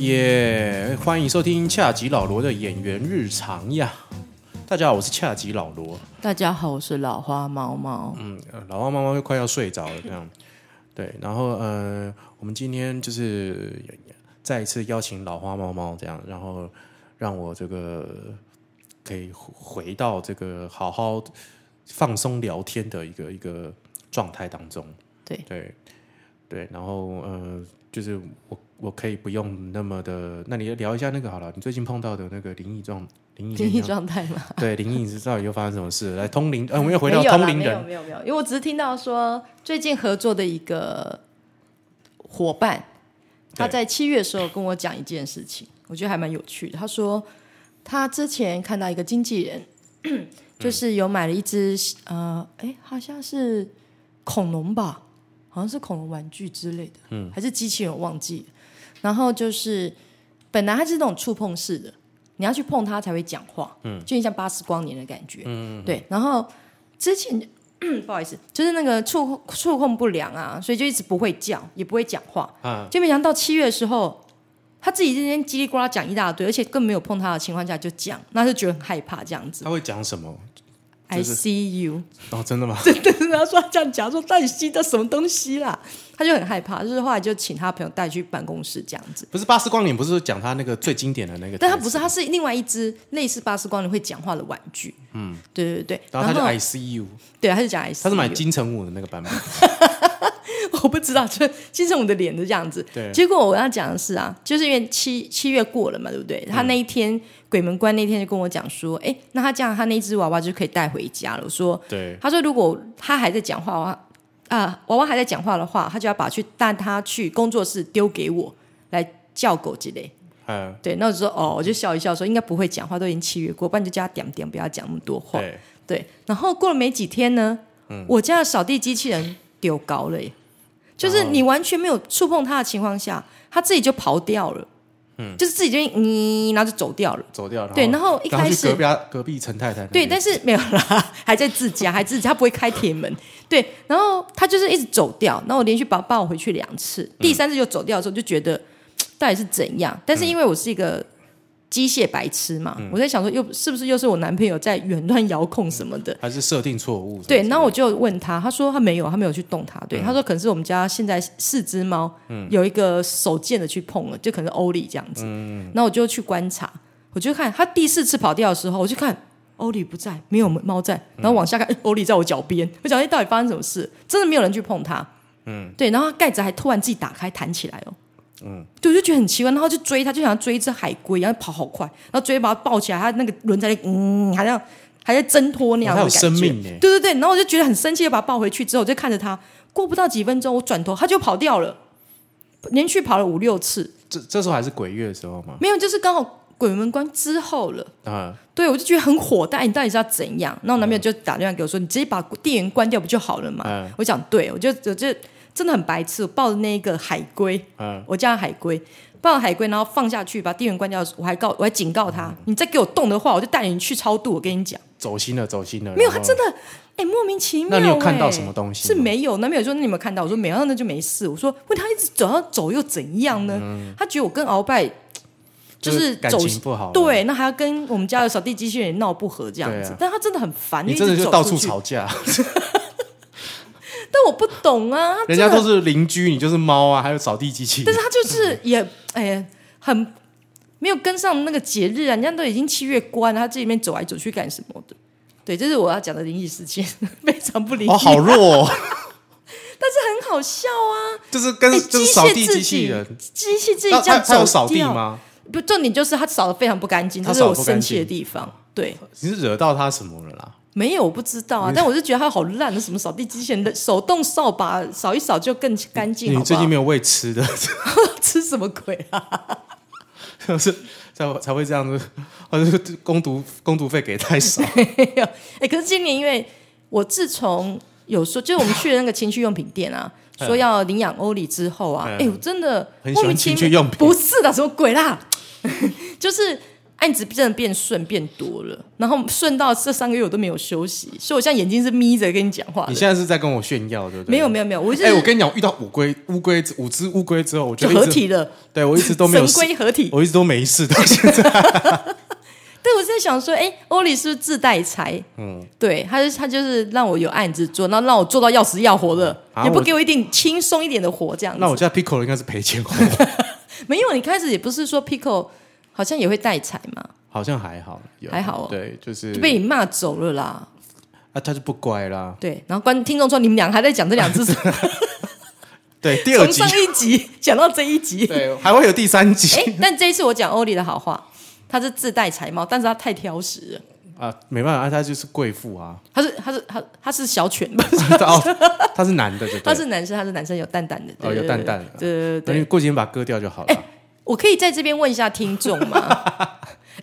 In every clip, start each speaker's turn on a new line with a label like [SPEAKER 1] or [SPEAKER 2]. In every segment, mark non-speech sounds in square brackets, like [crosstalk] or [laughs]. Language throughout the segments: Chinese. [SPEAKER 1] 耶欢迎收听恰吉老罗的演员日常呀！大家好，我是恰吉老罗。
[SPEAKER 2] 大家好，我是老花猫猫。
[SPEAKER 1] 嗯，呃老王妈妈又快要睡着了，这样。对，然后呃，我们今天就是再一次邀请老花猫猫这样，然后让我这个可以回到这个好好放松聊天的一个一个状态当中。
[SPEAKER 2] 对
[SPEAKER 1] 对对，然后呃，就是我我可以不用那么的，那你聊一下那个好了，你最近碰到的那个灵异状灵异
[SPEAKER 2] 经
[SPEAKER 1] 现
[SPEAKER 2] 济
[SPEAKER 1] 象
[SPEAKER 2] 状 [laughs] 态吗？
[SPEAKER 1] 对灵异是到底又发生什么事？来通灵，呃，我们 [laughs] 又回到
[SPEAKER 2] 没有啦
[SPEAKER 1] 通灵
[SPEAKER 2] 没有
[SPEAKER 1] 人，
[SPEAKER 2] 没有没有，因为我只是听到说最近合作的一个伙伴，他
[SPEAKER 1] 对
[SPEAKER 2] 在七月的时候跟我讲一件事情，我觉得还蛮有趣的。他说他之前看到一个经纪人，
[SPEAKER 1] 嗯
[SPEAKER 2] [clears throat] 就是有买了一只呃，哎，好像是恐龙吧，好像是恐龙玩具之类的，嗯，还是机器人，我忘记了。然后就是本来它是那种触碰式的，你要去碰它才会讲话，嗯，就有点像巴斯光年的感觉，嗯，对。然后之前嗯不好意思，就是那个触触控不良啊，所以就一直不会叫，也不会讲话，
[SPEAKER 1] 啊
[SPEAKER 2] 就没想到七月的时候。他自己这边叽里呱啦讲一大堆，而且更没有碰他的情况下就讲，那就觉得很害怕这样子。
[SPEAKER 1] 他会讲什么？
[SPEAKER 2] I
[SPEAKER 1] 就是
[SPEAKER 2] see you， [laughs]
[SPEAKER 1] 哦，真的吗？
[SPEAKER 2] 然后说他这样讲，说到底吸的什么东西啦？他就很害怕，就是后来就请他朋友带去办公室这样子。
[SPEAKER 1] 不是巴斯光年，不是讲他那个最经典的那个，
[SPEAKER 2] 但他不是，，他是另外一只类似巴斯光年会讲话的玩具。嗯，对对对。
[SPEAKER 1] 然后他就 I see you，
[SPEAKER 2] 对，他就讲 I see
[SPEAKER 1] 他是买
[SPEAKER 2] you
[SPEAKER 1] 金城武的那个版本，
[SPEAKER 2] [laughs] 我不知道，就金城武的脸就这样子。
[SPEAKER 1] 对
[SPEAKER 2] 结果我要讲的是啊，就是因为七七月过了嘛，对不
[SPEAKER 1] 嗯
[SPEAKER 2] 对？他那一天、鬼门关那天就跟我讲说，哎，那他这样，他那只娃娃就可以带回家了。我说，
[SPEAKER 1] 对，
[SPEAKER 2] 他说如果他还在讲话的话，啊、娃娃还在讲话的话，他就要把去带他去工作室丢给我来叫狗之类。
[SPEAKER 1] 嗯，
[SPEAKER 2] 对，那我就说哦，我就笑一笑说应该不会讲话，都已经七月过，不然就叫他点点，不要讲那么多话。
[SPEAKER 1] 对，嗯
[SPEAKER 2] 对，然后过了没几天呢，我家的扫地机器人丢高了耶，就是你完全没有触碰它的情况下，它自己就跑掉了，嗯，就是自己就嗯，然后就走掉了。
[SPEAKER 1] 走掉，然后
[SPEAKER 2] 对，然后一
[SPEAKER 1] 然后
[SPEAKER 2] 开
[SPEAKER 1] 去
[SPEAKER 2] 始
[SPEAKER 1] 隔壁啊隔壁陈太太那边，
[SPEAKER 2] 对，但是没有啦， [laughs] 还在自家，还自家，他不会开铁门。对，然后他就是一直走掉，然后我连续把抱回去两次，第三次就走掉的时候就觉得嘖到底是怎样？但是因为我是一个机械白痴嘛，我在想说又是不是又是我男朋友在远端遥控什么的？
[SPEAKER 1] 还是设定错误，
[SPEAKER 2] 对，然后我就问他，他说他没有，他没有去动它。
[SPEAKER 1] 嗯
[SPEAKER 2] 对，他说可能是我们家现在四只猫、有一个手贱的去碰了，就可能是欧里这样子。
[SPEAKER 1] 嗯
[SPEAKER 2] 然后我就去观察，我就看他第四次跑掉的时候，我就看哦欧里不在，没有猫在，
[SPEAKER 1] 嗯
[SPEAKER 2] 然后往下看，哎欧里在我脚边，我想哎到底发生什么事？真的没有人去碰它。嗯，对，然后它盖子还突然自己打开弹起来哦。嗯，对，我就觉得很奇怪，然后就追它，就想要追一只海龟，然后跑好快，然后追把它抱起来，它那个轮胎嗯，好像还在挣脱那
[SPEAKER 1] 哦
[SPEAKER 2] 样
[SPEAKER 1] 它
[SPEAKER 2] 的
[SPEAKER 1] 有
[SPEAKER 2] 感觉。
[SPEAKER 1] 生命耶，
[SPEAKER 2] 对对对，然后我就觉得很生气，就把他抱回去之后，我就看着他，过不到几分钟，我转头他就跑掉了，连续跑了五六次，
[SPEAKER 1] 这这时候还是鬼月的时候嘛，
[SPEAKER 2] 没有，就是刚好鬼门关之后了。
[SPEAKER 1] 嗯啊，
[SPEAKER 2] 对，我就觉得很火大，你到底是要怎样？然后我男朋友就打电话给我说：“你直接把电源关掉不就好了嘛？”
[SPEAKER 1] 嗯
[SPEAKER 2] 我讲对，我就我就真的很白痴，我抱着那个海龟，
[SPEAKER 1] 嗯
[SPEAKER 2] 我家的海龟，抱着海龟，然后放下去，把电源关掉。我还告，我还警告他，
[SPEAKER 1] 嗯
[SPEAKER 2] 你再给我动的话，我就带你去超度。我跟你讲，
[SPEAKER 1] 走心了，走心了，
[SPEAKER 2] 没有，
[SPEAKER 1] 然
[SPEAKER 2] 他
[SPEAKER 1] 后
[SPEAKER 2] 真的哎、莫名其妙、
[SPEAKER 1] 那
[SPEAKER 2] 哎
[SPEAKER 1] 你有看到什么东西
[SPEAKER 2] 是
[SPEAKER 1] 吗
[SPEAKER 2] 没有，男朋友说你有没有看到？我说没有，那就没事。我说问他一直走要走又怎样呢？他觉得我跟鳌拜
[SPEAKER 1] 嗯就是感
[SPEAKER 2] 走
[SPEAKER 1] 情不好，，啊
[SPEAKER 2] 对，那还要跟我们家的扫地机器人闹不和这样
[SPEAKER 1] 对啊
[SPEAKER 2] 子，但他真的很烦，
[SPEAKER 1] 你
[SPEAKER 2] 因为
[SPEAKER 1] 真的
[SPEAKER 2] 一直走
[SPEAKER 1] 就到
[SPEAKER 2] 出
[SPEAKER 1] 处
[SPEAKER 2] 去。[laughs]
[SPEAKER 1] 吵架，
[SPEAKER 2] 但我不懂啊，他真
[SPEAKER 1] 人家
[SPEAKER 2] 的
[SPEAKER 1] 都是邻居，你就是猫啊，还有扫地机器人
[SPEAKER 2] 但是他就是也哎很没有跟上那个节日啊，人家都已经七月关了，他这里面走来走去干什么的？对，这是我要讲的灵异事件， [laughs] 非常不灵异，
[SPEAKER 1] 哦，好弱、
[SPEAKER 2] [laughs]
[SPEAKER 1] 哦，
[SPEAKER 2] 但是很好笑啊！
[SPEAKER 1] 就是跟
[SPEAKER 2] 哎
[SPEAKER 1] 就是
[SPEAKER 2] 机械
[SPEAKER 1] 扫地
[SPEAKER 2] 自
[SPEAKER 1] 机器
[SPEAKER 2] 己
[SPEAKER 1] 人，
[SPEAKER 2] 机器自己
[SPEAKER 1] 他
[SPEAKER 2] 这
[SPEAKER 1] 他
[SPEAKER 2] 样
[SPEAKER 1] 他有
[SPEAKER 2] 走
[SPEAKER 1] 扫地
[SPEAKER 2] 掉
[SPEAKER 1] 吗？
[SPEAKER 2] 不，重点就是他扫的非常不干净，
[SPEAKER 1] 他
[SPEAKER 2] 这
[SPEAKER 1] 扫
[SPEAKER 2] 是
[SPEAKER 1] 得
[SPEAKER 2] 我
[SPEAKER 1] 不干
[SPEAKER 2] 生气的
[SPEAKER 1] 净
[SPEAKER 2] 地方。对，
[SPEAKER 1] 你是惹到他什么了啦？
[SPEAKER 2] 没有我不知道啊，但我就觉得他好烂的，什么扫地机器人的手动扫把扫一扫就更干净，
[SPEAKER 1] 你
[SPEAKER 2] 好不
[SPEAKER 1] 最
[SPEAKER 2] 好
[SPEAKER 1] 近？没有喂吃的， [laughs]
[SPEAKER 2] [laughs] 吃什么鬼啊？
[SPEAKER 1] 就是才才会这样子， [laughs] 或者是攻读攻读费给太
[SPEAKER 2] [laughs]
[SPEAKER 1] 少，
[SPEAKER 2] 没有，哎，可是今年因为我自从有说，就是我们去的那个情趣用品店啊，说要领养欧里之后啊，
[SPEAKER 1] 嗯
[SPEAKER 2] 哎，我真的
[SPEAKER 1] 很喜
[SPEAKER 2] 莫
[SPEAKER 1] 欢
[SPEAKER 2] 名其
[SPEAKER 1] 情趣
[SPEAKER 2] 妙，
[SPEAKER 1] 用
[SPEAKER 2] [laughs]
[SPEAKER 1] 品
[SPEAKER 2] 不是的，什么鬼啦？就是案子真的变顺变多了，然后顺到这三个月我都没有休息，所以我现在眼睛是眯着跟你讲话的
[SPEAKER 1] 你。现在是在跟我炫耀，对不对？
[SPEAKER 2] 没有没有没有，我就是、
[SPEAKER 1] 哎、我跟你讲，我遇到乌龟、乌龟、五只乌龟之后，我
[SPEAKER 2] 就
[SPEAKER 1] 就
[SPEAKER 2] 合
[SPEAKER 1] 一直，
[SPEAKER 2] 体了，
[SPEAKER 1] 对我一直都没有
[SPEAKER 2] 神
[SPEAKER 1] 事，
[SPEAKER 2] 龟合体。
[SPEAKER 1] [laughs] 我一直都没事 [laughs] 到现在。
[SPEAKER 2] 对，我是在想说，哎、欧里是不是自带财？嗯，对，他就他就是让我有案子做，然后让我做到要死要活的，
[SPEAKER 1] 啊
[SPEAKER 2] 也不
[SPEAKER 1] 我
[SPEAKER 2] 给我一点轻松一点的活这样子。
[SPEAKER 1] 那我家 Pico 应该是赔钱货，
[SPEAKER 2] 没有，你开始也不是说 Pico 好像也会带财嘛，
[SPEAKER 1] [laughs] 好像还好，有
[SPEAKER 2] 还好哦
[SPEAKER 1] 对，就是
[SPEAKER 2] 就被你骂走了啦。
[SPEAKER 1] 啊，他就不乖啦。
[SPEAKER 2] 对，然后观听众说你们俩还在讲这
[SPEAKER 1] [laughs]
[SPEAKER 2] 两只，从
[SPEAKER 1] 对，第二集
[SPEAKER 2] 上，一集 [laughs] 讲到这一集。
[SPEAKER 1] 对，还会有第三集
[SPEAKER 2] 哎、但这一次我讲欧里的好话，他是自带财猫，但是他太挑食了。
[SPEAKER 1] 啊，没办法，啊、他就是贵妇啊， [laughs]
[SPEAKER 2] 他是他是他他是小犬吧？
[SPEAKER 1] 哦，他是男的，对
[SPEAKER 2] 他
[SPEAKER 1] 对了，
[SPEAKER 2] 是男生，他是男生有蛋蛋的，
[SPEAKER 1] 哦
[SPEAKER 2] 对
[SPEAKER 1] 有蛋蛋
[SPEAKER 2] 对对对哎
[SPEAKER 1] 那
[SPEAKER 2] 对
[SPEAKER 1] 你
[SPEAKER 2] 对。
[SPEAKER 1] 过几天把它割掉就好了。
[SPEAKER 2] 我可以在这边问一下听众
[SPEAKER 1] [laughs]
[SPEAKER 2] 吗？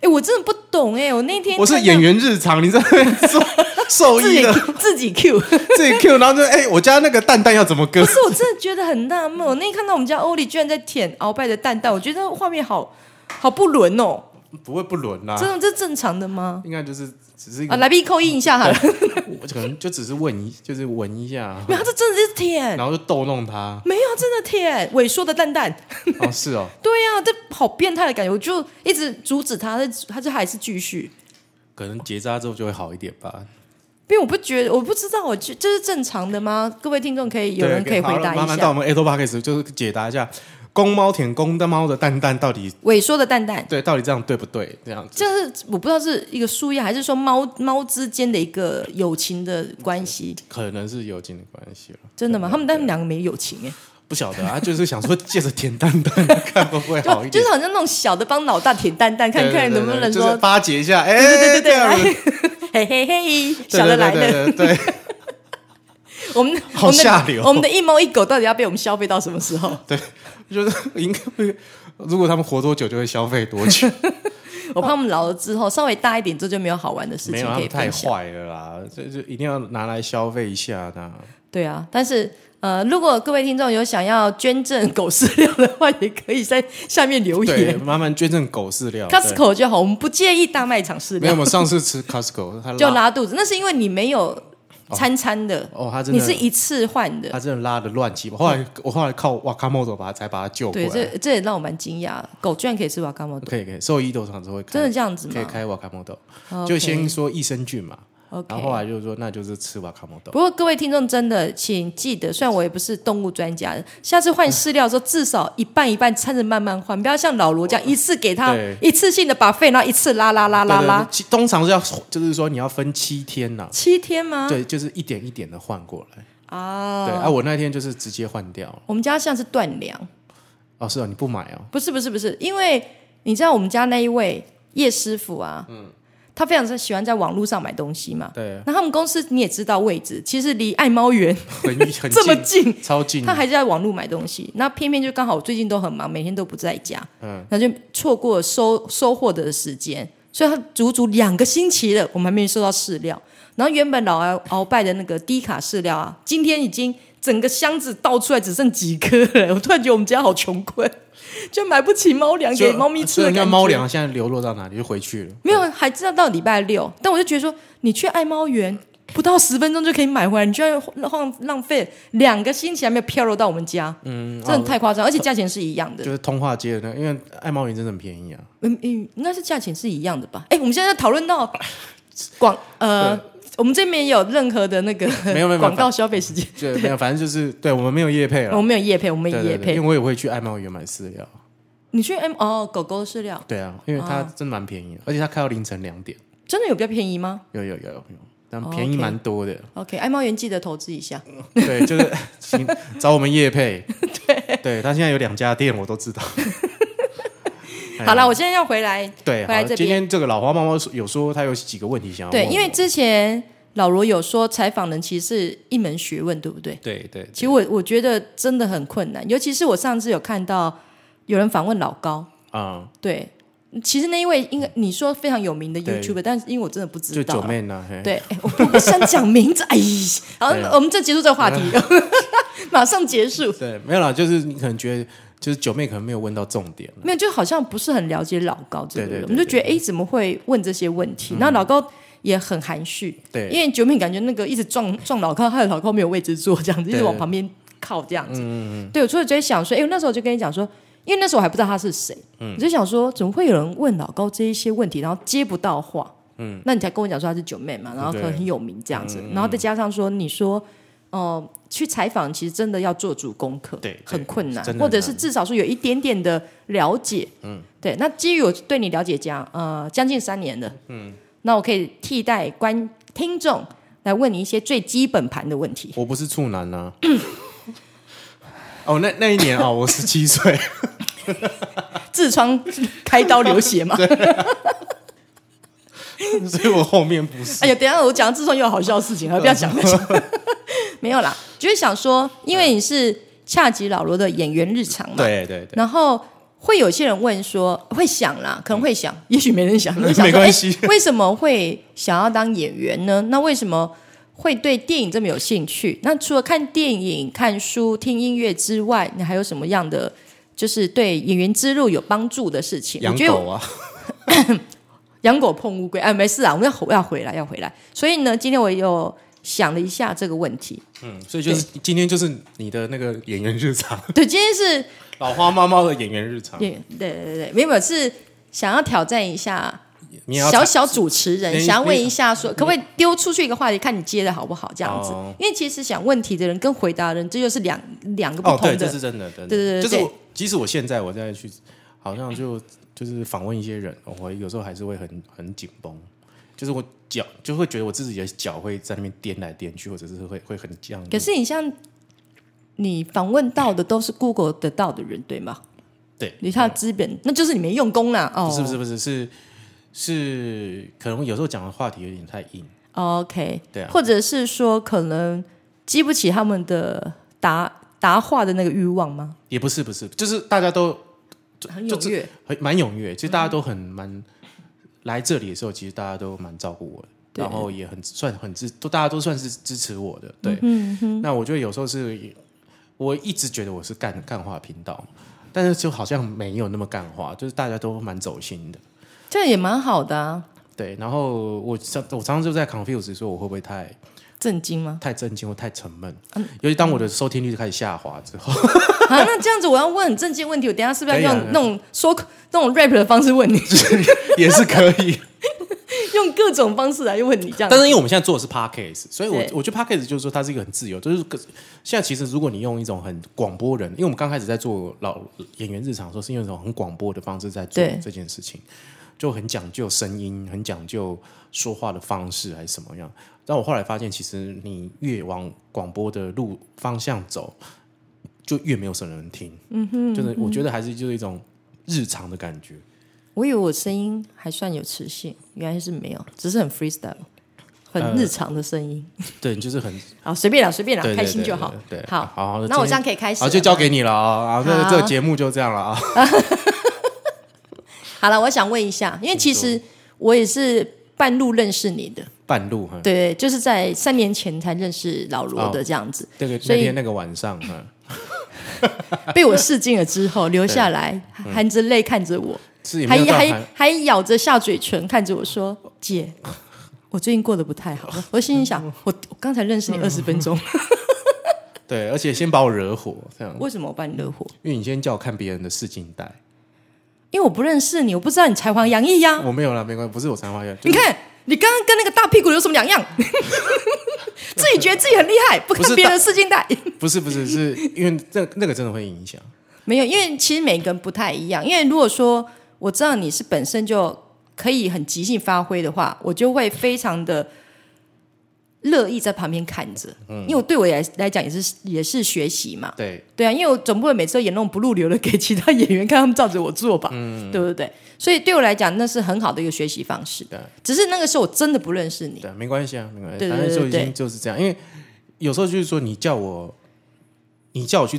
[SPEAKER 2] 哎、我真的不懂哎、我那天
[SPEAKER 1] 我是
[SPEAKER 2] 看到
[SPEAKER 1] 演员日常，你在那边做受
[SPEAKER 2] 自
[SPEAKER 1] 益
[SPEAKER 2] 己
[SPEAKER 1] 的
[SPEAKER 2] 自己
[SPEAKER 1] [laughs]
[SPEAKER 2] Q，
[SPEAKER 1] 自己 Q，然后就哎、我家那个蛋蛋要怎么割
[SPEAKER 2] 不？是，我真的觉得很纳闷。我那天看到我们家欧里居然在舔鳌拜的蛋蛋，我觉得画面好好不伦哦。
[SPEAKER 1] 不会不伦啦、啊
[SPEAKER 2] 真的这正常的吗？
[SPEAKER 1] 应该就是只是一个
[SPEAKER 2] 啊，来宾扣印一
[SPEAKER 1] [laughs]
[SPEAKER 2] 下好了，
[SPEAKER 1] 我可能就只是问一，就是闻
[SPEAKER 2] [laughs]
[SPEAKER 1] 一下，
[SPEAKER 2] 没有，他这真的是舔，
[SPEAKER 1] 然后就逗弄他。
[SPEAKER 2] 没有，他真的舔，萎缩的蛋蛋。
[SPEAKER 1] 哦，是哦，
[SPEAKER 2] 对呀、这好变态的感觉，我就一直阻止他，他他就还是继续，
[SPEAKER 1] 可能结扎之后就会好一点吧。
[SPEAKER 2] 因为我不觉得，我不知道，我就这是正常的吗？各位听众可以有人可以
[SPEAKER 1] 对
[SPEAKER 2] 回
[SPEAKER 1] 好了
[SPEAKER 2] 答
[SPEAKER 1] 麻
[SPEAKER 2] 一
[SPEAKER 1] 烦到我
[SPEAKER 2] 下，
[SPEAKER 1] 们 A t o p a c k s 就是解答一下，公猫舔公的猫的蛋蛋到底
[SPEAKER 2] 萎缩的蛋蛋，
[SPEAKER 1] 对，到底这样对不对？这样子，
[SPEAKER 2] 这是我不知道是一个树叶，还是说猫猫之间的一个友情的关系，
[SPEAKER 1] 可能是有经的关系了。
[SPEAKER 2] 真的吗？他们他们两个没友情哎、
[SPEAKER 1] 不晓
[SPEAKER 2] [laughs]
[SPEAKER 1] 得啊，就是想说借着舔蛋蛋看会不会好一
[SPEAKER 2] 就就
[SPEAKER 1] 点
[SPEAKER 2] 是，好像那种小的帮老大舔蛋蛋，看
[SPEAKER 1] 对对
[SPEAKER 2] 看
[SPEAKER 1] 对
[SPEAKER 2] 能不能
[SPEAKER 1] 对就是
[SPEAKER 2] 说
[SPEAKER 1] 巴结一下，哎，
[SPEAKER 2] 对对对
[SPEAKER 1] 这样子
[SPEAKER 2] 对 [laughs] 嘿嘿嘿，
[SPEAKER 1] 对
[SPEAKER 2] 小的来了。
[SPEAKER 1] 对对对对
[SPEAKER 2] 我们
[SPEAKER 1] 好下流
[SPEAKER 2] 我们的，我们的一猫一狗到底要被我们消费到什么时候？
[SPEAKER 1] [laughs] 对，就是应该会，如果他们活多久就会消费多
[SPEAKER 2] [laughs]
[SPEAKER 1] 久，
[SPEAKER 2] 我怕我们老了之后稍微大一点之后就没有好玩的事
[SPEAKER 1] 没
[SPEAKER 2] 情
[SPEAKER 1] 有他
[SPEAKER 2] 可以
[SPEAKER 1] 们太
[SPEAKER 2] 分享。
[SPEAKER 1] 坏了啦，这就一定要拿来消费一下的啊。
[SPEAKER 2] 对啊，但是呃，如果各位听众有想要捐赠狗饲料的话，也可以在下面留
[SPEAKER 1] 对，
[SPEAKER 2] 言。
[SPEAKER 1] 慢慢捐赠狗饲料。哦对
[SPEAKER 2] Costco 就好，我们不介意大卖场饲
[SPEAKER 1] 没有，
[SPEAKER 2] 料，
[SPEAKER 1] 我上次吃
[SPEAKER 2] [laughs]
[SPEAKER 1] Costco，他
[SPEAKER 2] 就
[SPEAKER 1] 拉
[SPEAKER 2] 拉肚子，那是因为你没有餐餐的，
[SPEAKER 1] 哦，他真
[SPEAKER 2] 你
[SPEAKER 1] 的
[SPEAKER 2] 是一次换的
[SPEAKER 1] 他。真的拉的乱七八。后来我后来靠瓦卡莫多把他才把他救回
[SPEAKER 2] 对，
[SPEAKER 1] 来。
[SPEAKER 2] 这这也让我蛮惊讶，狗居然可以吃瓦干毛豆，
[SPEAKER 1] 可以可以，兽医都常常会
[SPEAKER 2] 真的
[SPEAKER 1] 开，
[SPEAKER 2] 这样子吗？
[SPEAKER 1] 可以开瓦卡莫多，
[SPEAKER 2] OK
[SPEAKER 1] 就先说益生菌嘛，
[SPEAKER 2] OK
[SPEAKER 1] 然后后来就说那就是吃瓦卡莫多。
[SPEAKER 2] 不过各位听众真的，请记得，虽然我也不是动物专家，下次换饲料的时候至少一半一半掺着慢慢换，不要像老罗这样一次给他
[SPEAKER 1] 哦对
[SPEAKER 2] 一次性的把肺，然后一次拉拉拉拉
[SPEAKER 1] 对对
[SPEAKER 2] 拉
[SPEAKER 1] 对，其通常是要就是说你要分七天呐，
[SPEAKER 2] 七天吗？
[SPEAKER 1] 对，就是一点一点的换过来。对
[SPEAKER 2] 啊，
[SPEAKER 1] 啊，我那天就是直接换掉了。
[SPEAKER 2] 我们家像是断粮，
[SPEAKER 1] 哦，是哦，你不买
[SPEAKER 2] [laughs]
[SPEAKER 1] 哦，
[SPEAKER 2] 不是不是不是，因为你知道我们家那一位叶师傅啊，他非常喜欢在网络上买东西嘛，
[SPEAKER 1] 对，
[SPEAKER 2] 那他们公司你也知道位置，其实离爱猫园
[SPEAKER 1] 很很
[SPEAKER 2] 这么
[SPEAKER 1] 近，
[SPEAKER 2] 近，
[SPEAKER 1] 超近
[SPEAKER 2] 他，还是在网络买东西，那偏偏就刚好我最近都很忙，每天都不在家，嗯，那就错过收收获的时间，所以他足足两个星期了，我们还没收到饲料。然后原本老鳌鳌拜的那个低卡饲料啊，今天已经整个箱子倒出来只剩几颗了，我突然觉得我们家好穷困，就买不起猫粮给
[SPEAKER 1] 就呃
[SPEAKER 2] 猫咪吃的
[SPEAKER 1] 就那
[SPEAKER 2] 感觉。
[SPEAKER 1] 猫粮现在流落到哪里就回去了。
[SPEAKER 2] 没有，还知道到礼拜六，但我就觉得说，你去爱猫园不到十分钟就可以买回来，你居然浪浪费两个星期还没有飘落到我们家，嗯，真的太夸张，
[SPEAKER 1] 哦
[SPEAKER 2] 而且价钱是一样的
[SPEAKER 1] 就，是通化街的那个，因为爱猫园真的很便宜
[SPEAKER 2] [laughs]
[SPEAKER 1] 啊。
[SPEAKER 2] 嗯嗯，应该是价钱是一样的吧？哎，我们现在讨论到
[SPEAKER 1] [laughs]
[SPEAKER 2] 广呃，我们这边也有任何的那个
[SPEAKER 1] 没有没有
[SPEAKER 2] 广告消费时间，
[SPEAKER 1] 对，没有，反正就是对我们没有业配
[SPEAKER 2] 我
[SPEAKER 1] 了。
[SPEAKER 2] 们没有叶配，我们
[SPEAKER 1] 对
[SPEAKER 2] 没有
[SPEAKER 1] 对
[SPEAKER 2] 叶
[SPEAKER 1] 对，
[SPEAKER 2] 配
[SPEAKER 1] 因。为我也会去爱猫园买饲料。
[SPEAKER 2] 你去 M 哦，狗狗饲料
[SPEAKER 1] 对啊，因为
[SPEAKER 2] 哦
[SPEAKER 1] 它真的蛮便宜的，而且它开到凌晨两点，
[SPEAKER 2] 真的有比较便宜吗
[SPEAKER 1] 有有有有有，但
[SPEAKER 2] 哦
[SPEAKER 1] 便宜
[SPEAKER 2] OK
[SPEAKER 1] 蛮多的。
[SPEAKER 2] ？OK，爱猫园记得投资一下。
[SPEAKER 1] 哎 [laughs] 对，就是
[SPEAKER 2] [laughs]
[SPEAKER 1] 请找我们业配。对，对，它现在有两家店，我都知道。哎呀
[SPEAKER 2] 好了，我现在要回来
[SPEAKER 1] 对，
[SPEAKER 2] 回来
[SPEAKER 1] 好，
[SPEAKER 2] 这边
[SPEAKER 1] 今天这个老花猫猫有说它有几个问题想要问
[SPEAKER 2] 对，
[SPEAKER 1] 我。
[SPEAKER 2] 因为之前老罗有说采访人其实是一门学问，对不对？
[SPEAKER 1] 对对
[SPEAKER 2] 其实我我觉得真的很困难，尤其是我上次有看到有人访问老高，
[SPEAKER 1] 啊，
[SPEAKER 2] 对，其实那一位应该你说非常有名的
[SPEAKER 1] 嗯对
[SPEAKER 2] YouTuber，但是因为我真的不
[SPEAKER 1] 就
[SPEAKER 2] 知道
[SPEAKER 1] 九
[SPEAKER 2] 啊。
[SPEAKER 1] 妹呢，嘿
[SPEAKER 2] 对，哎我不我不想讲名
[SPEAKER 1] [laughs]
[SPEAKER 2] 字，哎，好
[SPEAKER 1] 对，啊 [laughs]
[SPEAKER 2] 我们就结束这个话题，马上结束。
[SPEAKER 1] 对，没有啦，就是你可能觉得就是九妹可能没有问到重点，
[SPEAKER 2] 没有，就好像不是很了解老高这个人，
[SPEAKER 1] 对对
[SPEAKER 2] 我
[SPEAKER 1] 对嗯
[SPEAKER 2] 们就觉得哎，诶怎么会问这些问题？然后老高也很含蓄，
[SPEAKER 1] 对
[SPEAKER 2] 因为九妹感觉那个一直撞撞老高，害得老高没有位置坐，这样子一
[SPEAKER 1] 对
[SPEAKER 2] 直
[SPEAKER 1] 嗯对
[SPEAKER 2] 往旁边靠这样子。对，所以我就在想说，哎，我那时候就跟你讲说，因为那时候我还不知道他是谁，
[SPEAKER 1] 嗯
[SPEAKER 2] 我就想说，怎么会有人问老高这一些问题，然后接不到话？嗯，那你才跟我讲说他是九妹嘛，然后可能
[SPEAKER 1] 对嗯
[SPEAKER 2] 很有名这样子，然后再加上说你说，哦，去采访其实真的要做足功课，
[SPEAKER 1] 对对
[SPEAKER 2] 很困难
[SPEAKER 1] 真的，很
[SPEAKER 2] 或者是
[SPEAKER 1] 难
[SPEAKER 2] 至少是有一点点的了解，嗯，对。那基于我对你了解将呃将近三年了，嗯，那我可以替代观听众来问你一些最基本盘的问题。
[SPEAKER 1] 我不是处男啊。 [coughs] 哦，那那一年啊、我十七
[SPEAKER 2] [laughs]
[SPEAKER 1] 岁，
[SPEAKER 2] 痔疮开刀流血嘛？
[SPEAKER 1] 所以我后面不是。
[SPEAKER 2] 哎呀，等一下我讲痔疮又有好笑的事情，了，不要讲了。 [laughs] 没有啦，就是想说，因为你是恰吉老罗的演员日常嘛，
[SPEAKER 1] 对对对，
[SPEAKER 2] 然后会有些人问说，会想啦，可能会想，也许没人
[SPEAKER 1] [laughs]
[SPEAKER 2] 想，会想说
[SPEAKER 1] 嗯没关系
[SPEAKER 2] 诶为什么会想要当演员呢？那为什么会对电影这么有兴趣？那除了看电影、看书、听音乐之外，你还有什么样的就是对演员之路有帮助的事情？
[SPEAKER 1] 养
[SPEAKER 2] 我觉得
[SPEAKER 1] 狗啊，
[SPEAKER 2] 养狗碰乌龟，哎，没事啊，我们要要回来，要回来。所以呢，今天我有想了一下这个问题。
[SPEAKER 1] 嗯，所以就是今天就是你的那个演员日常，
[SPEAKER 2] 对，今天是
[SPEAKER 1] 老花猫猫的演员日常，
[SPEAKER 2] 也对对对对，没有没有是想要挑战一下
[SPEAKER 1] 你也要
[SPEAKER 2] 小小主持人，
[SPEAKER 1] 你
[SPEAKER 2] 想要问一下说，可不可以丢出去一个话题，看你接的好不好这样子？
[SPEAKER 1] 哦
[SPEAKER 2] 因为其实想问题的人跟回答的人，这就是两两个不
[SPEAKER 1] 哦，对，
[SPEAKER 2] 同的。
[SPEAKER 1] 这是真的，真的，
[SPEAKER 2] 对对对
[SPEAKER 1] 就是
[SPEAKER 2] 对
[SPEAKER 1] 我，即使我现在我再去，好像就就是访问一些人，我有时候还是会很很紧绷，就是我脚就会觉得我自己的脚会在那边颠来颠去，或者是会会很僵硬。
[SPEAKER 2] 可是你像你访问到的都是 Google 得到的人，对吗？
[SPEAKER 1] 对，
[SPEAKER 2] 你看资本，那就是你没用功啦。哦，
[SPEAKER 1] 不是不是不是是是，可能有时候讲的话题有点太硬，
[SPEAKER 2] 哦 OK，
[SPEAKER 1] 对啊
[SPEAKER 2] 或者是说可能激不起他们的答答话的那个欲望吗？
[SPEAKER 1] 也不是不是，就是大家都
[SPEAKER 2] 很
[SPEAKER 1] 就
[SPEAKER 2] 踊跃，
[SPEAKER 1] 很蛮踊跃，其实大家都很蛮来这里的时候，其实大家都蛮照顾我的，
[SPEAKER 2] 对
[SPEAKER 1] 然后也很算很支，都大家都算是支持我的。对，那我觉得有时候是，我一直觉得我是干干话频道，但是就好像没有那么干话，就是大家都蛮走心的。
[SPEAKER 2] 这样也蛮好的啊。
[SPEAKER 1] 对，然后我常我常常就在 confuse 说我会不会太
[SPEAKER 2] 震惊吗？
[SPEAKER 1] 太震惊或太沉闷，尤其当我的收听率开始下滑之后， [laughs]
[SPEAKER 2] [laughs] 啊，那这样子我要问很震惊问题，我等一下是不是要
[SPEAKER 1] 可以啊
[SPEAKER 2] 用那种说那种 rap 的方式问你， [laughs]
[SPEAKER 1] 也是可以。
[SPEAKER 2] 用各种方式来问你这样
[SPEAKER 1] 但
[SPEAKER 2] 子？
[SPEAKER 1] 是因为我们现在做的是 podcast，所以我
[SPEAKER 2] 对
[SPEAKER 1] 我觉得 podcast 就是说它是一个很自由，就是个现在其实如果你用一种很广播人，因为我们刚开始在做老演员日常的时候，是用一种很广播的方式在做
[SPEAKER 2] 对
[SPEAKER 1] 这件事情，就很讲究声音，很讲究说话的方式还是什么样。但我后来发现，其实你越往广播的路方向走，就越没有什么人听。嗯哼，就是我觉得还是就是一种日常的感觉。
[SPEAKER 2] [laughs] 我以为我声音还算有磁性，原来是没有，只是很 freestyle，很日常的声音。
[SPEAKER 1] 对，你就是很
[SPEAKER 2] 好，随便啦，随便啦
[SPEAKER 1] 呃对，对
[SPEAKER 2] 开心就好。
[SPEAKER 1] 对，对
[SPEAKER 2] 好，
[SPEAKER 1] 好，
[SPEAKER 2] 那我
[SPEAKER 1] 今天
[SPEAKER 2] 这样可以开始
[SPEAKER 1] 好，
[SPEAKER 2] 了吗。
[SPEAKER 1] 就交给你了啊！啊，这
[SPEAKER 2] 好
[SPEAKER 1] 这个节目就这样了啊。 [laughs]
[SPEAKER 2] 好了，我想问一下，因为其实我也是半路认识你的。
[SPEAKER 1] 半路嗯哈，
[SPEAKER 2] 对，就是在三年前才认识老罗
[SPEAKER 1] 哦
[SPEAKER 2] 的这样子，
[SPEAKER 1] 这个
[SPEAKER 2] 所
[SPEAKER 1] 那
[SPEAKER 2] 以
[SPEAKER 1] 天那个晚上嗯哈，
[SPEAKER 2] 被我试镜了之
[SPEAKER 1] [laughs]
[SPEAKER 2] 后留下来，
[SPEAKER 1] 嗯
[SPEAKER 2] 含着泪看着我，
[SPEAKER 1] 是也没
[SPEAKER 2] 还
[SPEAKER 1] 有到
[SPEAKER 2] 还
[SPEAKER 1] 还
[SPEAKER 2] 还咬着下嘴唇看着我说：“姐，我最近过得不太好。”我心里想，我我刚才认识你二十分钟，
[SPEAKER 1] 嗯对，而且先把我惹火这样，
[SPEAKER 2] 为什么我把你惹火？
[SPEAKER 1] 因为你先叫我看别人的试镜带，
[SPEAKER 2] 因为我不认识你，我不知道你才华洋溢呀、
[SPEAKER 1] 我没有啦，没关系，不是我才华洋，
[SPEAKER 2] [laughs]
[SPEAKER 1] 就
[SPEAKER 2] 你
[SPEAKER 1] 是
[SPEAKER 2] 看，你刚刚跟那个大屁股有什么两样？ [laughs] 自己觉得自己很厉害，不
[SPEAKER 1] 不
[SPEAKER 2] 看
[SPEAKER 1] 是
[SPEAKER 2] 别人的试镜带。
[SPEAKER 1] 不是不是是因为这那个真的会影响，
[SPEAKER 2] 没有，因为其实每个人不太一样。因为如果说我知道你是本身就可以很即兴发挥的话，我就会非常的乐意在旁边看着，因为我对我来来讲也是也是学习嘛。
[SPEAKER 1] 对，
[SPEAKER 2] 对啊，因为我总不会每次都演那种不入流的给其他演员看，他们照着我做吧，对不对？所以对我来讲，那是很好的一个学习方式
[SPEAKER 1] 对。
[SPEAKER 2] 只是那个时候我真的不认识你，
[SPEAKER 1] 对，没关系啊，没关系，
[SPEAKER 2] 对对
[SPEAKER 1] 反正就已
[SPEAKER 2] 对
[SPEAKER 1] 经就是这样。因为有时候就是说，你叫我，你叫我去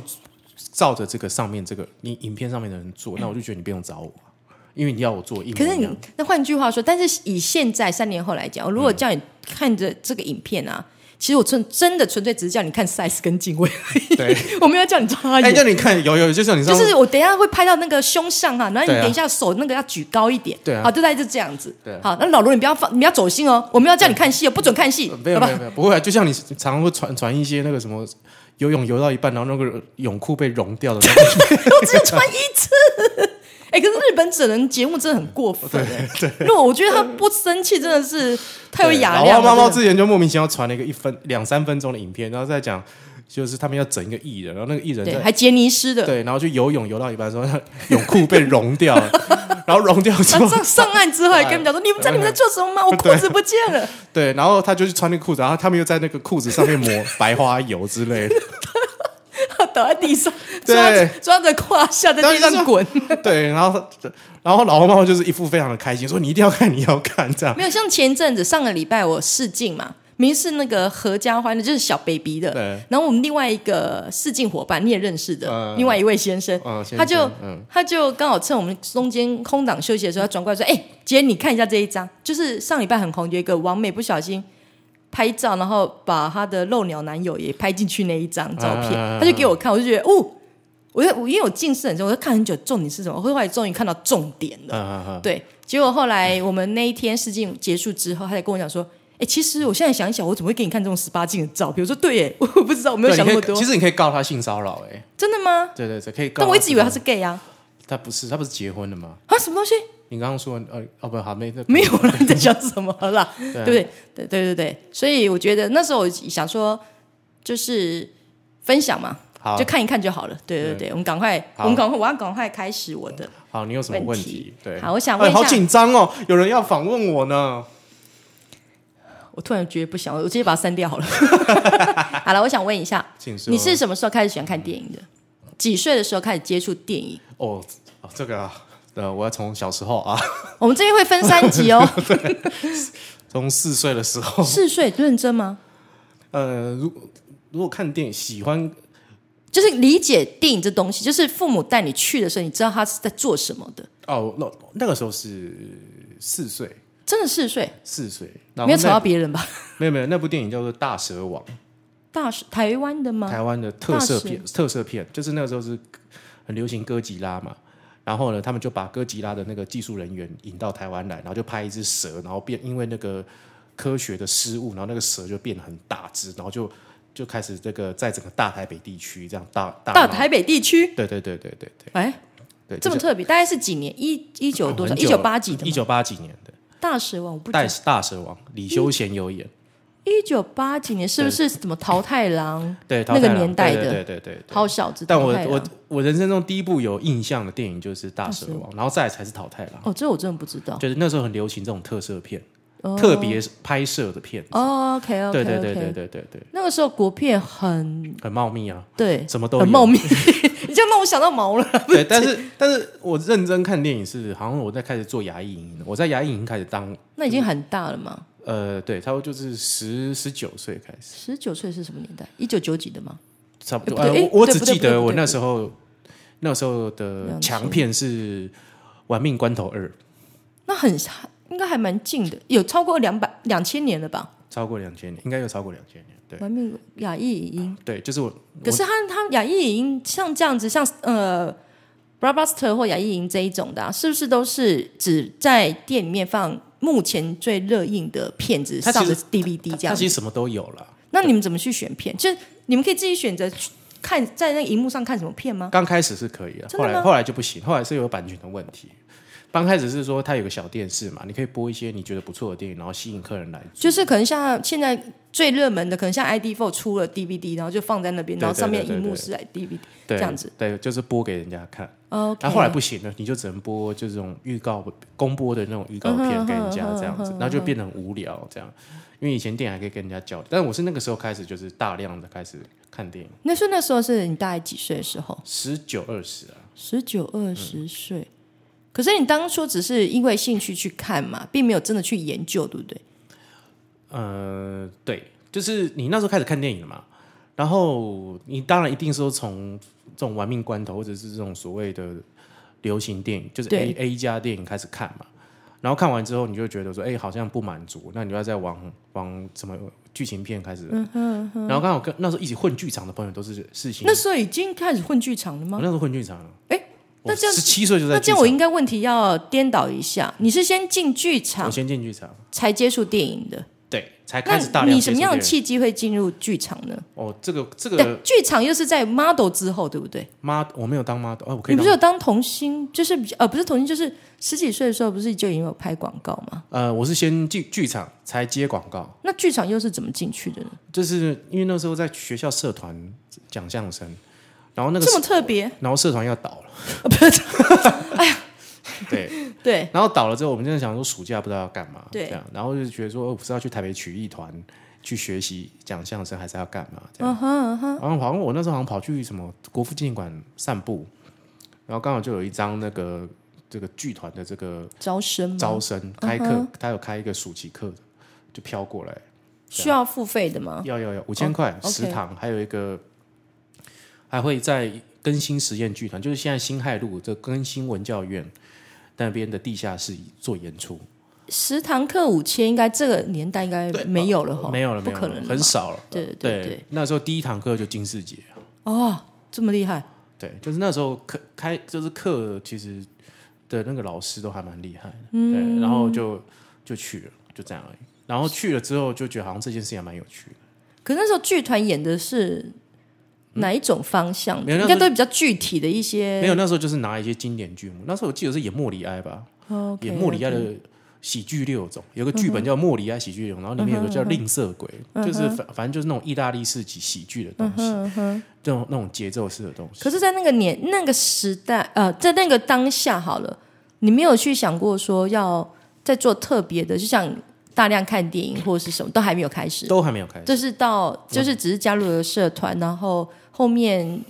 [SPEAKER 1] 照着这个上面这个你影片上面的人做，那我就觉得你不用找我啊，因为你要我做一模
[SPEAKER 2] 可是
[SPEAKER 1] 一
[SPEAKER 2] 你
[SPEAKER 1] 样。嗯
[SPEAKER 2] 那换句话说，但是以现在三年后来讲，我如果叫你看着这个影片啊，其实我纯真的纯粹只是叫你看 size 跟敬畏，
[SPEAKER 1] 对，
[SPEAKER 2] [laughs] 我没有叫你抓他
[SPEAKER 1] 哎，
[SPEAKER 2] 眼。
[SPEAKER 1] 叫你看有有，就像你上
[SPEAKER 2] 就
[SPEAKER 1] 次
[SPEAKER 2] 是我等一下会拍到那个胸上哈、然后
[SPEAKER 1] 对
[SPEAKER 2] 你
[SPEAKER 1] 啊
[SPEAKER 2] 等一下手那个要举高一点，
[SPEAKER 1] 对啊
[SPEAKER 2] 好，就大概就这样子。
[SPEAKER 1] 对啊
[SPEAKER 2] 好，那老罗你不要放，你不要走心哦，我们要叫你看戏哦，不准看戏，
[SPEAKER 1] 呃没有
[SPEAKER 2] 好吧
[SPEAKER 1] 没有？没有，不会啊，就像你常常会传传一些那个什么游泳游到一半，然后那个泳裤被融掉的
[SPEAKER 2] [laughs]
[SPEAKER 1] 那种，
[SPEAKER 2] 我只穿一次。哎、可是日本整人节目真的很过分哎、如果我觉得他不生气，真的是太有雅
[SPEAKER 1] 对
[SPEAKER 2] 量了。
[SPEAKER 1] 老花猫猫
[SPEAKER 2] 真的
[SPEAKER 1] 之前就莫名其妙传了一个一分两三分钟的影片，然后再讲就是他们要整一个艺人，然后那个艺人
[SPEAKER 2] 对，
[SPEAKER 1] 在
[SPEAKER 2] 还杰尼斯的，
[SPEAKER 1] 对，然后去游泳游到一半说 [laughs] 他泳裤被融掉了，然后融掉之
[SPEAKER 2] 他 [laughs]
[SPEAKER 1] 后，
[SPEAKER 2] 上上岸之后还跟
[SPEAKER 1] 哎
[SPEAKER 2] 我们讲说：“你们知道你们在做什么
[SPEAKER 1] [laughs]
[SPEAKER 2] 吗？我裤子不见了。
[SPEAKER 1] 对，然后他就去穿那裤子，然后他们又在那个裤子上面抹白花油之
[SPEAKER 2] [laughs]
[SPEAKER 1] 类的，”
[SPEAKER 2] 他倒在地上，
[SPEAKER 1] 对
[SPEAKER 2] 抓着抓着胯下在地
[SPEAKER 1] 然后
[SPEAKER 2] 上
[SPEAKER 1] 就
[SPEAKER 2] 滚。
[SPEAKER 1] 对，然后然后老花猫就是一副非常的开心，说你一定要看，你要看这样，
[SPEAKER 2] 没有像前阵子上个礼拜我试镜嘛，明明是那个合家欢的，就是小 baby 的
[SPEAKER 1] 对。
[SPEAKER 2] 然后我们另外一个试镜伙伴你也认识的，
[SPEAKER 1] 嗯
[SPEAKER 2] 另外一位先生，
[SPEAKER 1] 嗯先
[SPEAKER 2] 他就
[SPEAKER 1] 生嗯
[SPEAKER 2] 他就刚好趁我们中间空档休息的时候，他转过来说：“哎、姐，你看一下这一张，就是上礼拜很红，有一个王美不小心。”拍照，然后把她的露鸟男友也拍进去那一张照片，
[SPEAKER 1] 嗯嗯嗯嗯
[SPEAKER 2] 他就给我看，我就觉得，哦，我就我因为我近视很深，我就看很久，重点是什么？后来终于看到重点了。
[SPEAKER 1] 嗯嗯嗯，
[SPEAKER 2] 对，结果后来我们那一天试镜结束之后，他才跟我讲说：“哎、其实我现在想一想，我怎么会给你看这种十八禁的照片？”我说：“对耶，我 [laughs] 不知道，我没有
[SPEAKER 1] 对
[SPEAKER 2] 想那
[SPEAKER 1] 你
[SPEAKER 2] 么
[SPEAKER 1] 可以
[SPEAKER 2] 多。
[SPEAKER 1] 其实你可以告他性骚扰，哎，
[SPEAKER 2] 真的吗？
[SPEAKER 1] 对对对，可以告。
[SPEAKER 2] 但我一直以为他是 gay 啊！
[SPEAKER 1] 他不是，他不是结婚了吗？
[SPEAKER 2] 啊，什么东西
[SPEAKER 1] 你刚刚说呃哦不好没那
[SPEAKER 2] 没有了？你在想什么啦？
[SPEAKER 1] 对
[SPEAKER 2] 对
[SPEAKER 1] 啊
[SPEAKER 2] 不对？对对对对，所以我觉得那时候我想说，就是分享嘛，
[SPEAKER 1] 好
[SPEAKER 2] 就看一看就好了。对对对，我们赶快，我
[SPEAKER 1] 好
[SPEAKER 2] 们赶快，我要赶快开始我的。
[SPEAKER 1] 好，你有什么问
[SPEAKER 2] 问
[SPEAKER 1] 题
[SPEAKER 2] 题？
[SPEAKER 1] 对，
[SPEAKER 2] 好我想问
[SPEAKER 1] 哎
[SPEAKER 2] 一下
[SPEAKER 1] 好紧张哦，有人要访问我呢。
[SPEAKER 2] 我突然觉得不想，我直接把它删
[SPEAKER 1] [laughs]
[SPEAKER 2] 掉好了。好了，我想问一下，
[SPEAKER 1] 请说。
[SPEAKER 2] 你是什么时候开始喜欢看电影的？几岁的时候开始接触电影？
[SPEAKER 1] 哦哦这个啊，呃，我要从小时候啊， [laughs]
[SPEAKER 2] 我们这边会分三集哦。
[SPEAKER 1] 从四岁的时候，
[SPEAKER 2] 四岁认真吗？
[SPEAKER 1] 呃，如如果看电影喜欢，
[SPEAKER 2] 就是理解电影这东西，就是父母带你去的时候，你知道他是在做什么的。
[SPEAKER 1] 哦，那那个时候是四岁，
[SPEAKER 2] 真的四岁，
[SPEAKER 1] 四岁，然
[SPEAKER 2] 没有
[SPEAKER 1] 后
[SPEAKER 2] 吵到
[SPEAKER 1] 那
[SPEAKER 2] 别人吧？
[SPEAKER 1] 没有没有，那部电影叫做《大蛇王》，
[SPEAKER 2] 大是台湾的吗？
[SPEAKER 1] 台湾的特色片
[SPEAKER 2] 大，
[SPEAKER 1] 特色片就是那个时候是很流行哥吉拉嘛。然后呢，他们就把哥吉拉的那个技术人员引到台湾来，然后就拍一只蛇，然后变因为那个科学的失误，然后那个蛇就变得很大只，然后就就开始这个在整个大台北地区这样大大
[SPEAKER 2] 大
[SPEAKER 1] 闹
[SPEAKER 2] 台北地区，
[SPEAKER 1] 对对对对对对
[SPEAKER 2] 哎，
[SPEAKER 1] 对，哦
[SPEAKER 2] 这么特别，大概是几年？一一九多少？一九八几的
[SPEAKER 1] 一
[SPEAKER 2] 吗？
[SPEAKER 1] 九八几年的
[SPEAKER 2] 大蛇王我不知
[SPEAKER 1] 大
[SPEAKER 2] 道。
[SPEAKER 1] 大蛇王李修贤有演，
[SPEAKER 2] 一九八几年是不是什么桃太郎？
[SPEAKER 1] 对
[SPEAKER 2] 那个
[SPEAKER 1] 桃太郎
[SPEAKER 2] 年代
[SPEAKER 1] 对对
[SPEAKER 2] 的，
[SPEAKER 1] 对对对对
[SPEAKER 2] 好小子。
[SPEAKER 1] 但我
[SPEAKER 2] 桃太郎
[SPEAKER 1] 我我人生中第一部有印象的电影就是《大蛇王》，然后再来才是《淘汰狼》，
[SPEAKER 2] 哦，这我真的不知道。
[SPEAKER 1] 就是那时候很流行这种特色片，
[SPEAKER 2] 哦
[SPEAKER 1] 特别拍摄的片。
[SPEAKER 2] 哦，OK OK
[SPEAKER 1] 对对对对
[SPEAKER 2] OK。
[SPEAKER 1] 对对对，
[SPEAKER 2] 那个时候国片很
[SPEAKER 1] 很茂密啊，
[SPEAKER 2] 对，
[SPEAKER 1] 什么都有
[SPEAKER 2] 很茂密， [laughs] 你这样让我想到毛了。 [laughs]
[SPEAKER 1] 对，但是但是我认真看电影是，好像我在开始做牙医影音了，我在牙医影音开始当，
[SPEAKER 2] 那已经很大了嘛？
[SPEAKER 1] 呃，对，差不多就是十十九岁开始，
[SPEAKER 2] 十九岁是什么年代？一九九几的吗？
[SPEAKER 1] 差不多。
[SPEAKER 2] 哎不
[SPEAKER 1] 呃
[SPEAKER 2] 对哎
[SPEAKER 1] 我我
[SPEAKER 2] 不对
[SPEAKER 1] 只
[SPEAKER 2] 不对
[SPEAKER 1] 记
[SPEAKER 2] 不对
[SPEAKER 1] 得
[SPEAKER 2] 不对
[SPEAKER 1] 我那
[SPEAKER 2] 不对
[SPEAKER 1] 时候那时候的
[SPEAKER 2] 两千
[SPEAKER 1] 强片是《玩命关头二》，
[SPEAKER 2] 那很应该还蛮近的，有超过两百两千年了吧？
[SPEAKER 1] 超过两千年，应该有超过两千年。对
[SPEAKER 2] 玩命亚裔影音，
[SPEAKER 1] 对，就是我
[SPEAKER 2] 可是他他亚裔影音像这样子，像呃 b r a b u s t e r 或亚裔影音这一种的啊、是不是都是只在店里面放目前最热映的片子
[SPEAKER 1] 它其
[SPEAKER 2] 上
[SPEAKER 1] 实
[SPEAKER 2] 的 DVD 这
[SPEAKER 1] 它
[SPEAKER 2] 样
[SPEAKER 1] 其
[SPEAKER 2] 子？
[SPEAKER 1] 实什么都有了。
[SPEAKER 2] 那你们怎么去选片？就是你们可以自己选择去看在那个荧幕上看什么片吗？
[SPEAKER 1] 刚开始是可以的，
[SPEAKER 2] 真
[SPEAKER 1] 后
[SPEAKER 2] 的吗
[SPEAKER 1] 来后来就不行，后来是有版权的问题。刚开始是说它有个小电视嘛，你可以播一些你觉得不错的电影，然后吸引客人来。
[SPEAKER 2] 就是可能像现在最热门的，可能像 ID4 出了 DVD，然后就放在那边，
[SPEAKER 1] 对
[SPEAKER 2] 然后上面
[SPEAKER 1] 对对
[SPEAKER 2] 荧
[SPEAKER 1] 对
[SPEAKER 2] 幕
[SPEAKER 1] 对
[SPEAKER 2] 是 DVD 这
[SPEAKER 1] 对，
[SPEAKER 2] 样子。
[SPEAKER 1] 对，就是播给人家看。
[SPEAKER 2] OK，
[SPEAKER 1] 啊然后后来不行了，你就只能播就这种预告公播的那种预告片给人家这
[SPEAKER 2] 嗯
[SPEAKER 1] 样子，然后就变得很无聊这样。因为以前电影还可以跟人家叫，但我是那个时候开始就是大量的开始看电影，
[SPEAKER 2] 那是那时候是你大概几岁的时候？
[SPEAKER 1] 十九二十啊，
[SPEAKER 2] 十九二十岁。可是你当初只是因为兴趣去看嘛，并没有真的去研究，对不对？
[SPEAKER 1] 呃，对，就是你那时候开始看电影了嘛，然后你当然一定说从这种玩命关头或者是这种所谓的流行电影，就是 A A 加电影开始看嘛，然后看完之后，你就觉得说，哎、好像不满足，那你就要再往往什么剧情片开
[SPEAKER 2] 嗯
[SPEAKER 1] 始。然后刚好跟那时候一起混剧场的朋友都是事情，
[SPEAKER 2] 那时候已经开始混剧场了
[SPEAKER 1] 我
[SPEAKER 2] 吗？
[SPEAKER 1] 那时候混剧场了。
[SPEAKER 2] 哎那这样
[SPEAKER 1] 十七岁就在
[SPEAKER 2] 那
[SPEAKER 1] 剧
[SPEAKER 2] 这样
[SPEAKER 1] 场，
[SPEAKER 2] 我应该问题要颠倒一下，你是先进剧
[SPEAKER 1] 我
[SPEAKER 2] 场
[SPEAKER 1] 先进剧场，
[SPEAKER 2] 才接触电影的，
[SPEAKER 1] 对，才开始大
[SPEAKER 2] 那
[SPEAKER 1] 量
[SPEAKER 2] 你
[SPEAKER 1] 接触
[SPEAKER 2] 什么样的
[SPEAKER 1] 电影
[SPEAKER 2] 契机会进入剧场呢？
[SPEAKER 1] 哦，这个这
[SPEAKER 2] 对
[SPEAKER 1] 个，
[SPEAKER 2] 剧场又是在 model 之后，对不对？
[SPEAKER 1] 妈，我没有当妈的，哦，我可
[SPEAKER 2] 你
[SPEAKER 1] 以
[SPEAKER 2] 不
[SPEAKER 1] 当
[SPEAKER 2] 是有当童星，就是比较呃不是童星，就是十几岁的时候不是就已经有拍广告吗？
[SPEAKER 1] 呃，我是先进剧场才接广告，
[SPEAKER 2] 那剧场又是怎么进去的呢？
[SPEAKER 1] 就是因为那时候在学校社团讲相声，然后那个
[SPEAKER 2] 这么啊特别？
[SPEAKER 1] 然后社团要倒了，
[SPEAKER 2] [laughs] 哎
[SPEAKER 1] 对，
[SPEAKER 2] 对，
[SPEAKER 1] 然后倒了之后，我们真的想说暑假不知道要干嘛，
[SPEAKER 2] 对
[SPEAKER 1] 这样，然后就觉得说，哦不是要去台北曲艺团去学习讲相声，还是要干嘛这
[SPEAKER 2] 嗯
[SPEAKER 1] 样？然后好像我那时候好像跑去什么国父纪念馆散步，然后刚好就有一张那个这个剧团的这个
[SPEAKER 2] 招生吗
[SPEAKER 1] 招生开课，他有开一个暑期课，就飘过来，
[SPEAKER 2] 需要付费的吗？
[SPEAKER 1] 要要要五千块
[SPEAKER 2] 哦，OK
[SPEAKER 1] 食堂，还有一个还会在更新实验剧团，就是现在新海路这更新文教院那边的地下室做演出，
[SPEAKER 2] 十堂课五千，应该这个年代应该没有了哈，
[SPEAKER 1] 没有了，
[SPEAKER 2] 哦不
[SPEAKER 1] 没有
[SPEAKER 2] 可
[SPEAKER 1] 了
[SPEAKER 2] 能，了
[SPEAKER 1] 很
[SPEAKER 2] 嘛。
[SPEAKER 1] 少了。
[SPEAKER 2] 对对对，
[SPEAKER 1] 那时候第一堂课就金世杰，
[SPEAKER 2] 哦，这么厉害，
[SPEAKER 1] 对，就是那时候课开就是课其实的那个老师都还蛮厉害的，
[SPEAKER 2] 嗯
[SPEAKER 1] 对，然后就就去了，就这样而已。然后去了之后就觉得好像这件事情还蛮有趣的。
[SPEAKER 2] 可那时候剧团演的是哪一种方向
[SPEAKER 1] 没
[SPEAKER 2] 的？
[SPEAKER 1] 有那
[SPEAKER 2] 应
[SPEAKER 1] 时候
[SPEAKER 2] 该都是比较具体的一
[SPEAKER 1] 没
[SPEAKER 2] 些。
[SPEAKER 1] 有，那时候就是拿一些经典剧目。那时候我记得是演莫里哀吧，
[SPEAKER 2] OK，
[SPEAKER 1] 演莫里哀的喜剧六种，有个剧本叫《莫里哀喜剧六种》，然后里面
[SPEAKER 2] 嗯
[SPEAKER 1] 有个叫吝啬鬼，就是反反正就是那种意大利式喜喜剧的东西，这种那种节奏式的东西。
[SPEAKER 2] 可是，在那个年、那个时代，呃，在那个当下，好了，你没有去想过说要再做特别的，就像大量看电影或者是什么，都还没有开始。
[SPEAKER 1] 都还没有开始，
[SPEAKER 2] 就是到就是只是加入了社团，然后后面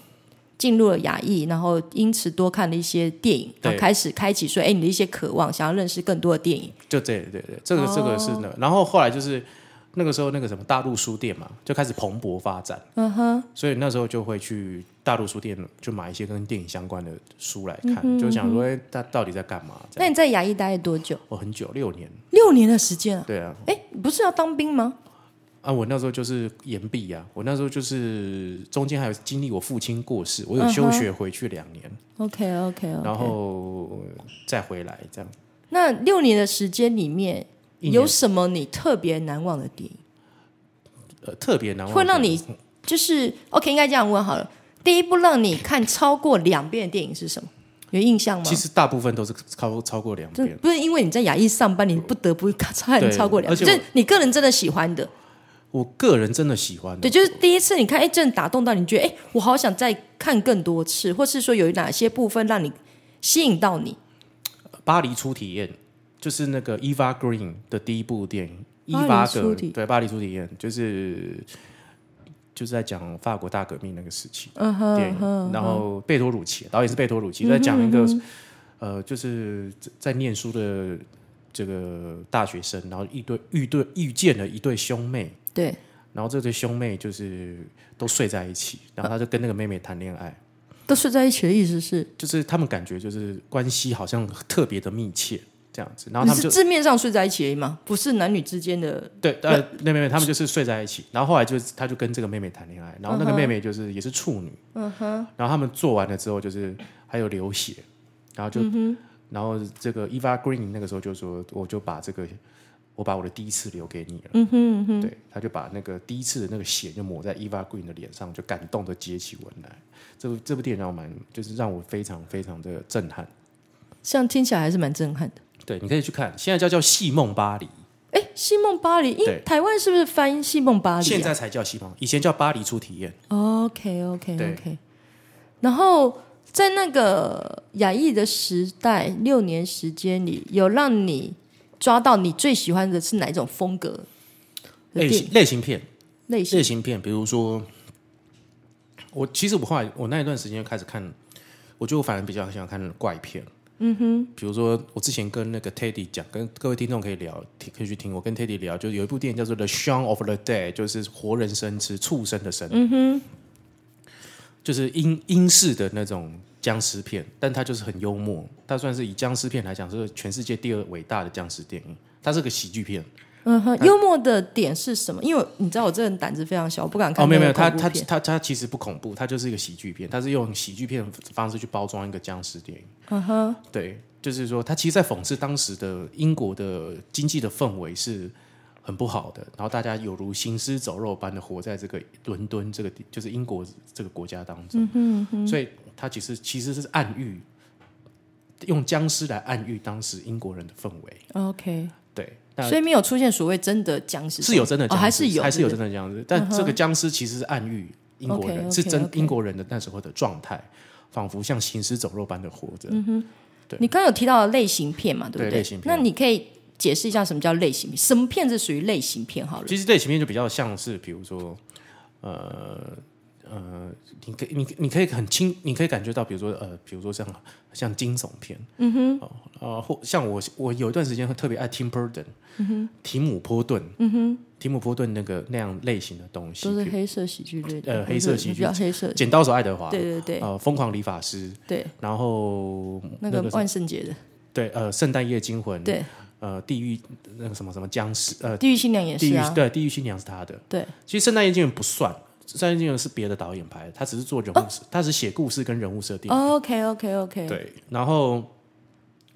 [SPEAKER 2] 进入了雅艺，然后因此多看了一些电影，
[SPEAKER 1] 对
[SPEAKER 2] 然后开始开启说，哎，你的一些渴望，想要认识更多的电影。
[SPEAKER 1] 就对对对，这个
[SPEAKER 2] 哦
[SPEAKER 1] 这个是那个，然后后来就是那个时候那个什么大陆书店嘛，就开始蓬勃发展，嗯哼，所以那时候就会去大陆书店就买一些跟电影相关的书来看，
[SPEAKER 2] 嗯
[SPEAKER 1] 就想说哎，他到底在干嘛？这
[SPEAKER 2] 那
[SPEAKER 1] 样
[SPEAKER 2] 你在雅艺待了多久？
[SPEAKER 1] 我很久六年，
[SPEAKER 2] 六年的时间啊！
[SPEAKER 1] 对啊，
[SPEAKER 2] 哎，不是要当兵吗？
[SPEAKER 1] 啊，我那时候就是延毕啊，我那时候就是中间还有经历我父亲过世，我有休学回去两年
[SPEAKER 2] OK 嗯 OK OK。
[SPEAKER 1] 然后再回来这样。
[SPEAKER 2] 那六年的时间里面，
[SPEAKER 1] 一年
[SPEAKER 2] 有什么你特别难忘的电影？
[SPEAKER 1] 呃，特别难忘的，
[SPEAKER 2] 会让你就是 OK，应该这样问好了。第一部让你看超过两遍的电影是什么？有印象吗？
[SPEAKER 1] 其实大部分都是超超过两
[SPEAKER 2] 就
[SPEAKER 1] 遍，
[SPEAKER 2] 不是因为你在雅艺上班，你不得不差点
[SPEAKER 1] 对
[SPEAKER 2] 超过两，
[SPEAKER 1] 而
[SPEAKER 2] 就
[SPEAKER 1] 且
[SPEAKER 2] 是你个人真的喜欢的，
[SPEAKER 1] 我个人真的喜欢的
[SPEAKER 2] 对，就是第一次你看，哎，真的打动到你，觉得哎，我好想再看更多次，或是说有哪些部分让你吸引到你？
[SPEAKER 1] 巴黎初体验，就是那个 Eva Green 的第一部电影。伊
[SPEAKER 2] 巴黎
[SPEAKER 1] 瓦
[SPEAKER 2] 初
[SPEAKER 1] 格
[SPEAKER 2] 体
[SPEAKER 1] 对巴黎初体验，就是就是在讲法国大革命那个时期
[SPEAKER 2] 嗯
[SPEAKER 1] 的电影。然后贝托鲁奇导演是贝托鲁奇，在讲一个、
[SPEAKER 2] 嗯
[SPEAKER 1] 呃，就是在在念书的这个大学生，然后一对遇对遇见了一对兄妹，
[SPEAKER 2] 对，
[SPEAKER 1] 然后这对兄妹就是都睡在一起，然后他就跟那个妹妹谈恋爱，
[SPEAKER 2] 都睡在一起的意思是，
[SPEAKER 1] 就是他们感觉就是关系好像特别的密切这样子，然后
[SPEAKER 2] 你
[SPEAKER 1] 他们
[SPEAKER 2] 是
[SPEAKER 1] 就
[SPEAKER 2] 字面上睡在一起而已吗？不是男女之间的，
[SPEAKER 1] 对，呃，那妹妹他们就是睡在一起，然后后来就是他就跟这个妹妹谈恋爱，然后那个妹妹就是也是处女，嗯哼，然后他们做完了之后就是还有流血，然后就，然后这个 Eva Green 那个时候就说，我就把这个我把我的第一次留给你了，嗯哼哼，对，他就把那个第一次的那个血就抹在 Eva Green 的脸上，就感动的接起吻来，这部这部电影让我蛮就是让我非常非常的震撼，
[SPEAKER 2] 这样听起来还是蛮震撼的。
[SPEAKER 1] 对，你可以去看，现在叫叫戏梦巴黎。
[SPEAKER 2] 哎，《西梦巴黎》，因为
[SPEAKER 1] 对
[SPEAKER 2] 台湾是不是翻《西梦巴黎》啊？
[SPEAKER 1] 现在才叫西梦，以前叫巴黎初体验。
[SPEAKER 2] OK OK
[SPEAKER 1] 对
[SPEAKER 2] OK，然后在那个雅艺的时代，六年时间里，有让你抓到你最喜欢的是哪一种风格的
[SPEAKER 1] 类
[SPEAKER 2] 电
[SPEAKER 1] 型
[SPEAKER 2] 影
[SPEAKER 1] 类型片，
[SPEAKER 2] 类型？
[SPEAKER 1] 类型片，比如说，我其实我后来我那一段时间开始看，我觉得我反而比较喜欢看怪片。嗯哼，比如说我之前跟那个 Teddy 讲，跟各位听众可以聊，听可以去听。我跟 Teddy 聊，就是有一部电影叫做《The Shaun of the Dead》，就是活人生吃，畜生的生。嗯哼，就是英英式的那种僵尸片，但它就是很幽默，它算是以僵尸片来讲是全世界第二伟大的僵尸电影，它是个喜剧片。
[SPEAKER 2] 嗯
[SPEAKER 1] 啊
[SPEAKER 2] 哼，幽默的点是什么？因为你知道我这人胆子非常小，我不敢看
[SPEAKER 1] 哦，没有没有，
[SPEAKER 2] 那种
[SPEAKER 1] 它
[SPEAKER 2] 恐怖
[SPEAKER 1] 它
[SPEAKER 2] 片
[SPEAKER 1] 它它其实不恐怖，它就是一个喜剧片，它是用喜剧片的方式去包装一个僵尸电影。嗯哼，对，就是说它其实在讽刺当时的英国的经济的氛围是很不好的，然后大家有如行尸走肉般的活在这个伦敦这个地，就是英国这个国家当中。嗯哼所以它其实其实是暗喻，用僵尸来暗喻当时英国人的氛围。
[SPEAKER 2] OK，
[SPEAKER 1] 对，那
[SPEAKER 2] 所以没有出现所谓真的僵尸，
[SPEAKER 1] 是有真的
[SPEAKER 2] 哦，
[SPEAKER 1] 僵尸，
[SPEAKER 2] 还是有，
[SPEAKER 1] 还是有真
[SPEAKER 2] 的。
[SPEAKER 1] 的僵尸，但这个僵尸其实是暗喻英国人
[SPEAKER 2] 嗯 OK，OK，
[SPEAKER 1] 是真
[SPEAKER 2] OK
[SPEAKER 1] 英国人的那时候的状态，仿佛像行尸走肉般的活着。
[SPEAKER 2] 嗯你刚刚有提到类型片嘛，对不
[SPEAKER 1] 对类型片
[SPEAKER 2] 那你可以解释一下什么叫类型片？什么片子属于类型片？好了，
[SPEAKER 1] 其实类型片就比较像是，比如说，呃呃，你可以你你可以很清，你可以感觉到，比如说呃，比如说像像惊悚片，嗯哼，呃，或像我我有一段时间会特别爱 Tim Burton，嗯哼，提姆波顿，嗯哼，提姆波顿那个那样类型的东西，
[SPEAKER 2] 都是
[SPEAKER 1] 比如
[SPEAKER 2] 黑色喜剧类的，
[SPEAKER 1] 呃黑色喜剧
[SPEAKER 2] 比较黑色，
[SPEAKER 1] 剪刀手爱德华，
[SPEAKER 2] 对对对
[SPEAKER 1] 呃，疯狂理发师，
[SPEAKER 2] 对，
[SPEAKER 1] 然后
[SPEAKER 2] 那个万圣节的，
[SPEAKER 1] 对，呃，圣诞夜惊魂，，
[SPEAKER 2] 对，
[SPEAKER 1] 呃，地狱那个什么什么僵尸，呃，
[SPEAKER 2] 地狱新娘也
[SPEAKER 1] 地
[SPEAKER 2] 是
[SPEAKER 1] 狱、
[SPEAKER 2] 啊，
[SPEAKER 1] 对，地狱新娘是他的。
[SPEAKER 2] 对，
[SPEAKER 1] 其实圣诞夜惊魂不算，圣诞夜惊魂是别的导演拍的，他只是做人物，设，
[SPEAKER 2] 哦
[SPEAKER 1] 他只是写故事跟人物设定。
[SPEAKER 2] OK OK OK，
[SPEAKER 1] 对，然后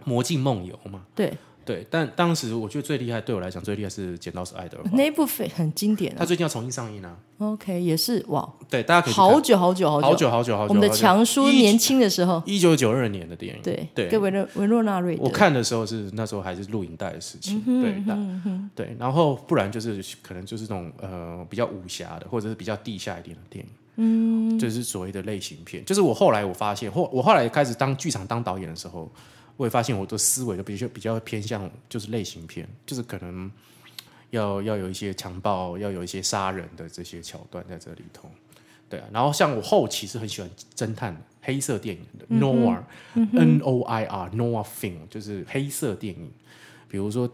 [SPEAKER 1] 魔镜梦游嘛，
[SPEAKER 2] 对，
[SPEAKER 1] 对，但当时我觉得最厉害，对我来讲最厉害是剪刀手爱德华，
[SPEAKER 2] 那一部非很经典
[SPEAKER 1] 他
[SPEAKER 2] 啊。
[SPEAKER 1] 最近要重新上映啊，
[SPEAKER 2] OK，也是哇，
[SPEAKER 1] 对，大家可以去看
[SPEAKER 2] 好久好久好久
[SPEAKER 1] 好久好久好久，
[SPEAKER 2] 我们的强叔年轻的时候，
[SPEAKER 1] 一九九二年的电影，
[SPEAKER 2] 对
[SPEAKER 1] 对
[SPEAKER 2] 跟维勒维洛纳瑞
[SPEAKER 1] 我
[SPEAKER 2] 德，
[SPEAKER 1] 看的时嗯候是那时候还是录影带的事情，对，那、对，然后不然就是可能就是那种呃比较武侠的，或者是比较地下一点的电影，嗯，就是所谓的类型片。就是我后来我发现，后我后来开始当剧场当导演的时候，我也发现我的思维就比较比较偏向就是类型片，就是可能要要有一些强暴，要有一些杀人的这些桥段在这里头。对啊，然后像我后期是很喜欢侦探黑色电影的 noir、N
[SPEAKER 2] 嗯
[SPEAKER 1] O I R noir film 就是黑色电影，比如说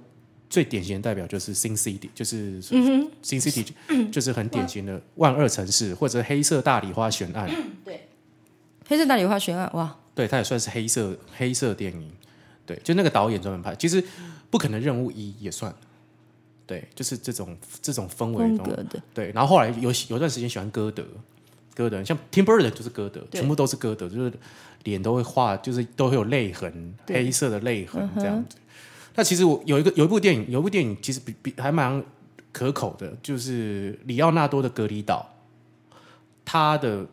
[SPEAKER 1] 最典型的代表就是 Sin City，就是、Sin
[SPEAKER 2] 嗯
[SPEAKER 1] City 就就是很典型的万恶城市或者黑色大礼花悬案，
[SPEAKER 2] 黑色大理花悬案，哇，
[SPEAKER 1] 对，它也算是黑色黑色电影，对，就那个导演专门拍，其实不可能任务一也算，对，就是这种这种氛围
[SPEAKER 2] 风
[SPEAKER 1] 中
[SPEAKER 2] 格的，
[SPEAKER 1] 对，然后后来有喜有段时间喜欢歌德，歌德像 Tim Burton 就是歌德，
[SPEAKER 2] 对
[SPEAKER 1] 全部都是歌德，就是脸都会画，就是都会有泪痕，
[SPEAKER 2] 对嗯
[SPEAKER 1] 黑色的泪痕这样子。那其实我有一个有一部电影，有一部电影其实比比还蛮可口的，就是里奥纳多的《隔离岛》，它的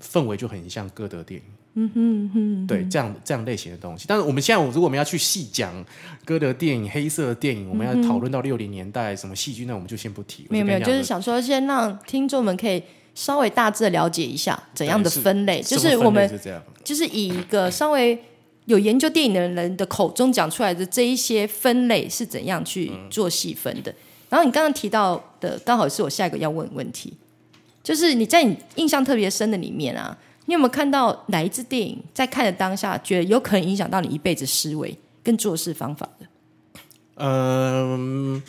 [SPEAKER 1] 氛围就很像歌德电影。嗯哼嗯哼，对，这样这样类型的东西。但是我们现在，如果我们要去细讲歌德电影、黑色的电影，我们要讨论到六零年代什么戏剧，那我们就先不提。我
[SPEAKER 2] 嗯没有没有，
[SPEAKER 1] 跟
[SPEAKER 2] 就
[SPEAKER 1] 你讲
[SPEAKER 2] 是想说先让听众们可以稍微大致的了解一下怎样的
[SPEAKER 1] 对是
[SPEAKER 2] 分类，哎就
[SPEAKER 1] 生活分类
[SPEAKER 2] 我们
[SPEAKER 1] 是这样，
[SPEAKER 2] 就是以一个稍微有研究电影的人的口中讲出来的这一些分类是怎样去做细分
[SPEAKER 1] 嗯
[SPEAKER 2] 的。然后你刚刚提到的，刚好是我下一个要问的问题，就是你在你印象特别深的里面啊，你有没有看到哪一支电影在看的当下，觉得有可能影响到你一辈子思维跟做事方法的？
[SPEAKER 1] 嗯，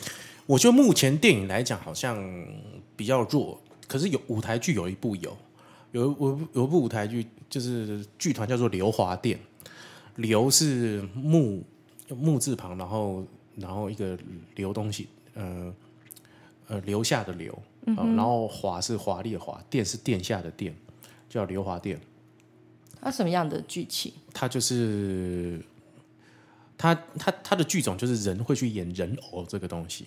[SPEAKER 1] 我觉得目前电影来讲好像比较弱，可是有舞台剧有一部有，有一有有一部舞台剧就是剧团叫做刘华殿，刘是木木字旁，然后然后一个留东西，呃呃留下的留，
[SPEAKER 2] 嗯
[SPEAKER 1] 呃然后华是华丽的华，殿是殿下的殿，叫刘华殿。
[SPEAKER 2] 它什么样的剧情？
[SPEAKER 1] 他就是他他他的剧种就是人会去演人偶这个东西，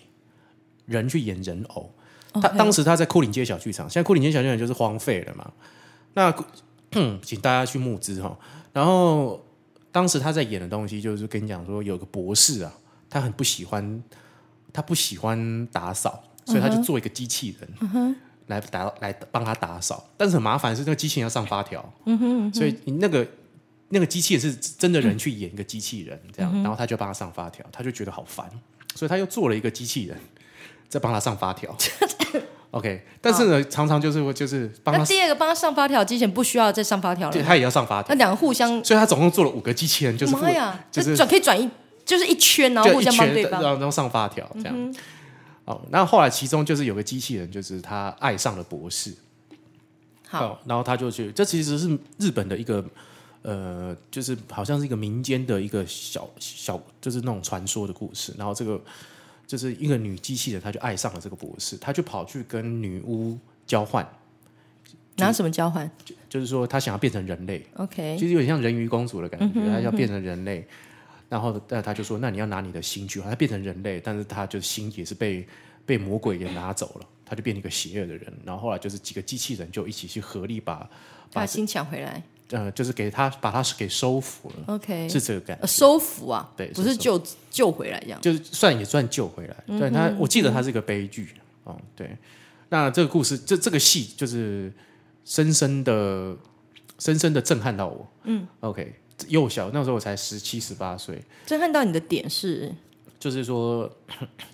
[SPEAKER 1] 人去演人偶。他
[SPEAKER 2] OK
[SPEAKER 1] 当时他在库林街小剧场，现在库林街小剧场就是荒废了嘛。那 [clears throat] 请大家去募资哈、然后当时他在演的东西就是跟你讲说，有个博士啊，他很不喜欢他不喜欢打扫，所以他就做一个机器人。来打来帮他打扫，但是很麻烦是那个机器人要上发条，
[SPEAKER 2] 嗯
[SPEAKER 1] 所以你那个那个机器人是真的人去演一个机器人
[SPEAKER 2] 嗯
[SPEAKER 1] 这样，然后他就帮他上发条，他就觉得好烦，所以他又做了一个机器人再帮他上发
[SPEAKER 2] [laughs]
[SPEAKER 1] 条。OK，但是呢，常常就是就是帮
[SPEAKER 2] 那
[SPEAKER 1] 他，
[SPEAKER 2] 第二个帮他上发条之前不需要再上发条了
[SPEAKER 1] 对
[SPEAKER 2] 吗，
[SPEAKER 1] 他也要上发条，
[SPEAKER 2] 那两个互相，
[SPEAKER 1] 所以他总共做了五个机器人，就是负
[SPEAKER 2] 妈呀，
[SPEAKER 1] 就
[SPEAKER 2] 这
[SPEAKER 1] 是
[SPEAKER 2] 转可以转一，就是一圈，然后
[SPEAKER 1] 就
[SPEAKER 2] 互
[SPEAKER 1] 一
[SPEAKER 2] 相帮
[SPEAKER 1] 圈，
[SPEAKER 2] 对
[SPEAKER 1] 然
[SPEAKER 2] 方。嗯
[SPEAKER 1] 后然后上发条这样。哦，那后来其中就是有个机器人，就是他爱上了博士，
[SPEAKER 2] 好，
[SPEAKER 1] 哦，然后他就去，这其实是日本的一个呃，就是好像是一个民间的一个小小，就是那种传说的故事。然后这个就是一个女机器人，她就爱上了这个博士，她就跑去跟女巫交换，
[SPEAKER 2] 拿什么交换
[SPEAKER 1] 就是说她想要变成人类，
[SPEAKER 2] ？OK，
[SPEAKER 1] 其实有点像人鱼公主的感觉，她要变成人类。然后，但她就说：“那你要拿你的心去换。”她变成人类，但是她就心也是被被魔鬼给拿走了，她就变成一个邪恶的人。然后后来就是几个机器人就一起去合力把
[SPEAKER 2] 把心抢回来。
[SPEAKER 1] 呃，就是给她把她给收服了，
[SPEAKER 2] OK，
[SPEAKER 1] 是这个感
[SPEAKER 2] 呃
[SPEAKER 1] 觉。
[SPEAKER 2] 收服啊，
[SPEAKER 1] 对
[SPEAKER 2] 不是
[SPEAKER 1] 是
[SPEAKER 2] 救救回来这样。
[SPEAKER 1] 就是算也算救回来。
[SPEAKER 2] 嗯
[SPEAKER 1] 对他，我记得他是一个悲剧哦。对，那这个故事，这这个戏就是深深的、深深的震撼到我。嗯，OK，幼小那时候我才十七、十八岁，
[SPEAKER 2] 震撼到你的点是，
[SPEAKER 1] 就是说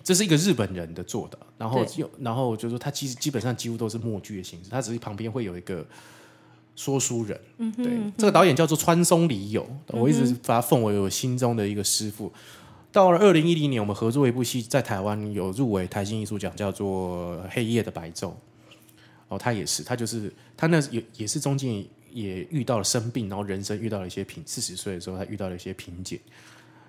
[SPEAKER 1] 这是一个日本人的做的，然后又然后就是说他其实基本上几乎都是默剧的形式，他只是旁边会有一个说书人。对，这个导演叫做川松里友，我一直把他奉为我心中的一个师傅。到了二零一零年，我们合作一部戏，在台湾有入围台新艺术奖，叫做《黑夜的白昼》。哦，他也是，他就是他那也也是中间也遇到了生病，然后人生遇到了一些瓶，四十岁的时候他遇到了一些瓶颈，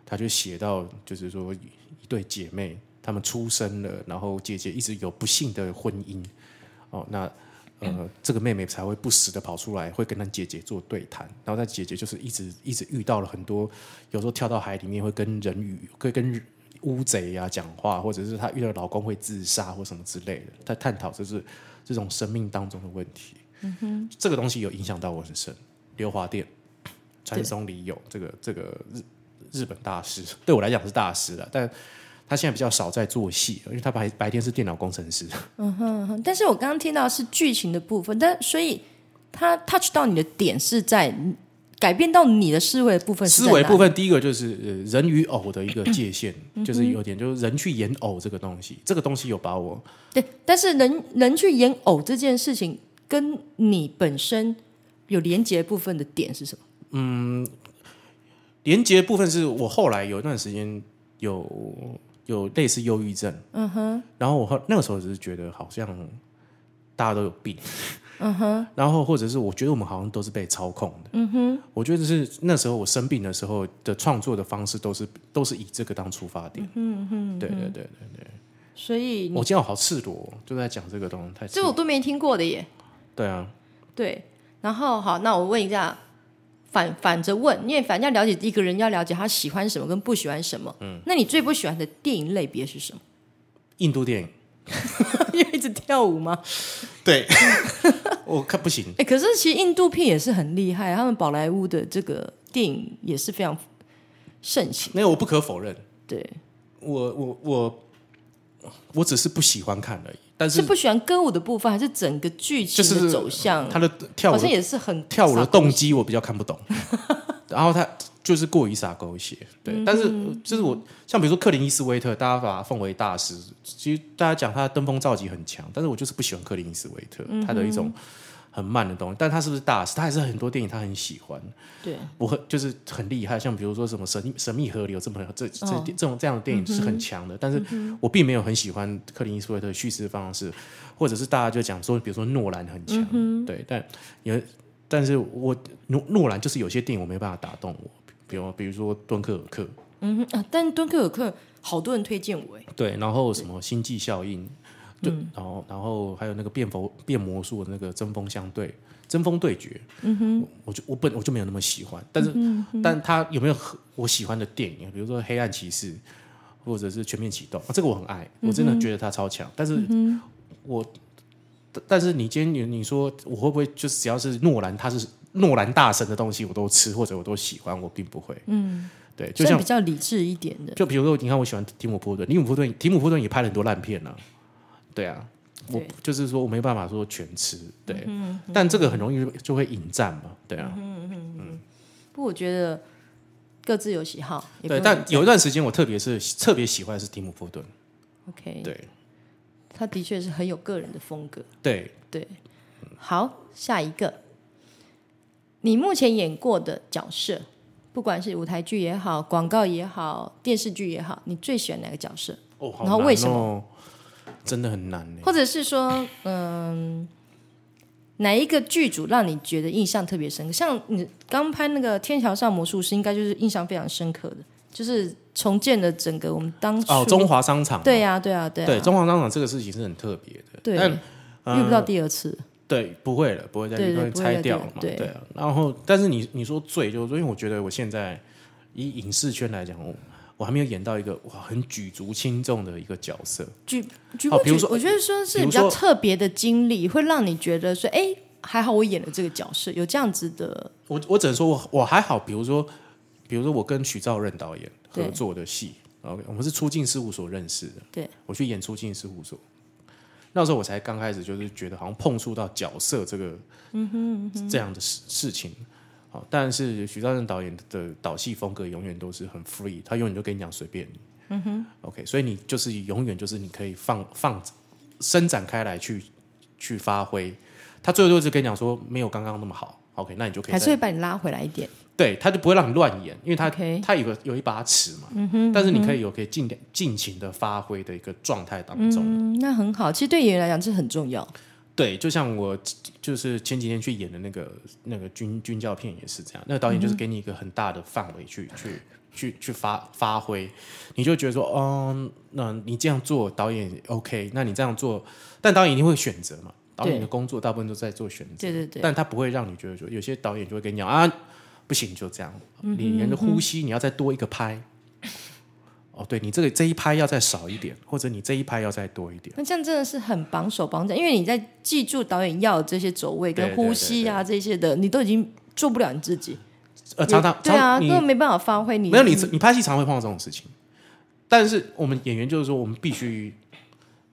[SPEAKER 1] 他就写到就是说一对姐妹，她们出生了，然后姐姐一直有不幸的婚姻，哦，那呃，这个妹妹才会不时的跑出来，会跟她姐姐做对谈，然后她姐姐就是一直一直遇到了很多，有时候跳到海里面会跟人鱼，会跟乌贼啊讲话，或者是她遇到老公会自杀或什么之类的，她探讨就是这种生命当中的问题。嗯哼，这个东西有影响到我很深。刘华店、川松里友这个这个日日本大师，对我来讲是大师了，但。他现在比较少在做戏，因为他白白天是电脑工程师。
[SPEAKER 2] 嗯哼，但是我刚刚听到是剧情的部分，但所以它 touch 到你的点是在改变到你的思维的部分是在
[SPEAKER 1] 思
[SPEAKER 2] 哪，
[SPEAKER 1] 维部分，第一个就是、呃、人与偶的一个界限，就是有点就是人去演偶这个东西，这个东西有把我
[SPEAKER 2] 对，但是人人去演偶这件事情跟你本身有连接部分的点是什么？
[SPEAKER 1] 连接部分是我后来有一段时间有有类似忧郁症，嗯哼，然后我后那个时候只是觉得好像大家都有病，嗯哼，然后或者是我觉得我们好像都是被操控的，嗯哼，我觉得是那时候我生病的时候的创作的方式都是都是以这个当出发点，嗯哼，对对对对，
[SPEAKER 2] 所以你
[SPEAKER 1] 我今天好赤裸哦，就在讲这个东西，太赤
[SPEAKER 2] 这我
[SPEAKER 1] 裸，
[SPEAKER 2] 都没听过的耶。
[SPEAKER 1] 对啊，
[SPEAKER 2] 对，然后好，那我问一下，反反着问，因为反正要了解一个人，要了解他喜欢什么跟不喜欢什么。嗯，那你最不喜欢的电影类别是什么？ [laughs]
[SPEAKER 1] 印度电影。
[SPEAKER 2] 因为一直跳舞吗？
[SPEAKER 1] 对， [laughs] 我看不行。
[SPEAKER 2] 哎、可是其实印度片也是很厉害，他们宝莱坞的这个电影也是非常盛行。
[SPEAKER 1] 那个我不可否认，
[SPEAKER 2] 对，
[SPEAKER 1] 我我我我只是不喜欢看而已。但
[SPEAKER 2] 是
[SPEAKER 1] 是
[SPEAKER 2] 不喜欢歌舞的部分，还是整个剧
[SPEAKER 1] 就
[SPEAKER 2] 情的
[SPEAKER 1] 是
[SPEAKER 2] 走向？
[SPEAKER 1] 他的跳
[SPEAKER 2] 好
[SPEAKER 1] 舞
[SPEAKER 2] 像
[SPEAKER 1] 的
[SPEAKER 2] 也是很
[SPEAKER 1] 跳舞的动
[SPEAKER 2] 机。
[SPEAKER 1] 机我比较看不懂， [laughs] 然后他就是过于撒狗血。对，
[SPEAKER 2] 嗯
[SPEAKER 1] 但是就是我像比如说克林伊斯威特，大家把他奉为大师，其实大家讲他的登峰造极很强，但是我就是不喜欢克林伊斯威特
[SPEAKER 2] 嗯
[SPEAKER 1] 他的一种很慢的东西。但他是不是大师？他还是很多电影他很喜欢。
[SPEAKER 2] 对，
[SPEAKER 1] 我很就是很厉害，像比如说什么神神秘河流这么这这这种这样的电影是很强的，但是我并没有很喜欢克林伊斯威特的叙事方式，或者是大家就讲说，比如说诺兰很强，对，但有但是我诺诺兰就是有些电影我没办法打动我，比如比如说敦刻尔克，
[SPEAKER 2] 嗯哼啊，但敦刻尔克好多人推荐我哎，
[SPEAKER 1] 对，然后什么星际效应，对，然后然后还有那个变佛变魔术的那个针锋相对、针锋对决，嗯哼，嗯我就我本我就没有那么喜欢，但是、但他有没有和我喜欢的电影，啊比如说《黑暗骑士》或者是《全面启动》啊这个我很爱，我真的觉得他超强，但是我。但但是你今天你你说我会不会就是只要是诺兰他是诺兰大神的东西我都吃或者我都喜欢我并不会嗯对就
[SPEAKER 2] 所以
[SPEAKER 1] 像
[SPEAKER 2] 比较理智一点的。
[SPEAKER 1] 就比如说，你看我喜欢提姆波顿，提姆波顿，提姆波顿也拍了很多烂片啊，对啊，我
[SPEAKER 2] 对嗯
[SPEAKER 1] 就是说我没办法说全吃，对，但这个很容易就会引战嘛，对啊，
[SPEAKER 2] 不过我觉得各自有喜好，也不
[SPEAKER 1] 对，
[SPEAKER 2] 用
[SPEAKER 1] 但有一段时间我特别是特别喜欢是提姆波顿，
[SPEAKER 2] OK，
[SPEAKER 1] 对
[SPEAKER 2] 他的确是很有个人的风格。
[SPEAKER 1] 对，
[SPEAKER 2] 对，好，下一个，你目前演过的角色，不管是舞台剧也好，广告也好，电视剧也好，你最喜欢哪个角色？
[SPEAKER 1] 哦，好
[SPEAKER 2] 然后为什
[SPEAKER 1] 么真的很难呢？欸
[SPEAKER 2] 或者是说，嗯，哪一个剧组让你觉得印象特别深刻？像你刚拍那个《天桥上魔术师》，应该就是印象非常深刻的，就是重建了整个我们当初
[SPEAKER 1] 哦，中华商场嘛
[SPEAKER 2] 对呀、对呀、对、啊，
[SPEAKER 1] 对，中华商场这个事情是很特别的，
[SPEAKER 2] 对
[SPEAKER 1] 但
[SPEAKER 2] 遇不到第二次，
[SPEAKER 1] 对，不会了，不会再
[SPEAKER 2] 对
[SPEAKER 1] 因
[SPEAKER 2] 对
[SPEAKER 1] 为
[SPEAKER 2] 不会
[SPEAKER 1] 拆
[SPEAKER 2] 再
[SPEAKER 1] 掉
[SPEAKER 2] 掉
[SPEAKER 1] 了嘛，
[SPEAKER 2] 对
[SPEAKER 1] 啊。然后，但是你你说醉，就是说因为我觉得我现在以影视圈来讲，我我还没有演到一个哇很举足轻重的一个角色，
[SPEAKER 2] 举举
[SPEAKER 1] 哦
[SPEAKER 2] 不
[SPEAKER 1] 比如
[SPEAKER 2] 举？
[SPEAKER 1] 说
[SPEAKER 2] 我觉得说是
[SPEAKER 1] 比
[SPEAKER 2] 比
[SPEAKER 1] 如
[SPEAKER 2] 较
[SPEAKER 1] 说
[SPEAKER 2] 特别的经历，会让你觉得说，哎，还好我演了这个角色，有这样子的，
[SPEAKER 1] 我我只能说我我还好，比如说，比如说我跟许兆任导演
[SPEAKER 2] 对
[SPEAKER 1] 合作的戏，OK，我们是出境事务所认识的，
[SPEAKER 2] 对，
[SPEAKER 1] 我去演出境事务所，那时候我才刚开始就是觉得好像碰触到角色这个，嗯哼这样的事事情。好，但是许兆任导演的导戏风格永远都是很 free，他永远就跟你讲随便你，嗯哼，OK，所以你就是永远就是你可以放放伸展开来去去发挥。他最多就跟你讲说没有刚刚那么好，OK，那你就可以
[SPEAKER 2] 还
[SPEAKER 1] 再
[SPEAKER 2] 是会把你拉回来一点。
[SPEAKER 1] 对，他就不会让你乱演，因为他
[SPEAKER 2] OK 嗯
[SPEAKER 1] 他有个有一把尺嘛，但是你可以有可以尽量尽情的发挥的一个状态当中。
[SPEAKER 2] 嗯，那很好，其实对演员来讲这很重要。
[SPEAKER 1] 对，就像我就是前几天去演的那个那个军军教片也是这样，那个导
[SPEAKER 2] 嗯
[SPEAKER 1] 演就是给你一个很大的范围去、去去去发发挥，你就觉得说，哦，那你这样做导演 OK，那你这样做，但导演一定会选择嘛，导演
[SPEAKER 2] 对
[SPEAKER 1] 的工作大部分都在做选择，
[SPEAKER 2] 对对对，啊
[SPEAKER 1] 但他不会让你觉得说，有些导演就会跟你讲啊，不行，就这样，
[SPEAKER 2] 嗯
[SPEAKER 1] 你人的呼吸你要再多一个拍，哦，对你这个这一拍要再少一点，或者你这一拍要再多一点。
[SPEAKER 2] 那这样真的是很绑手绑脚，因为你在记住导演要的这些走位跟
[SPEAKER 1] 对对
[SPEAKER 2] 呼吸啊这些的，你都已经做不了你自己。
[SPEAKER 1] 呃，常常
[SPEAKER 2] 对啊，根
[SPEAKER 1] 常你
[SPEAKER 2] 本没办法发挥你。
[SPEAKER 1] 没有你，你拍戏常会碰到这种事情。但是我们演员就是说，我们必须，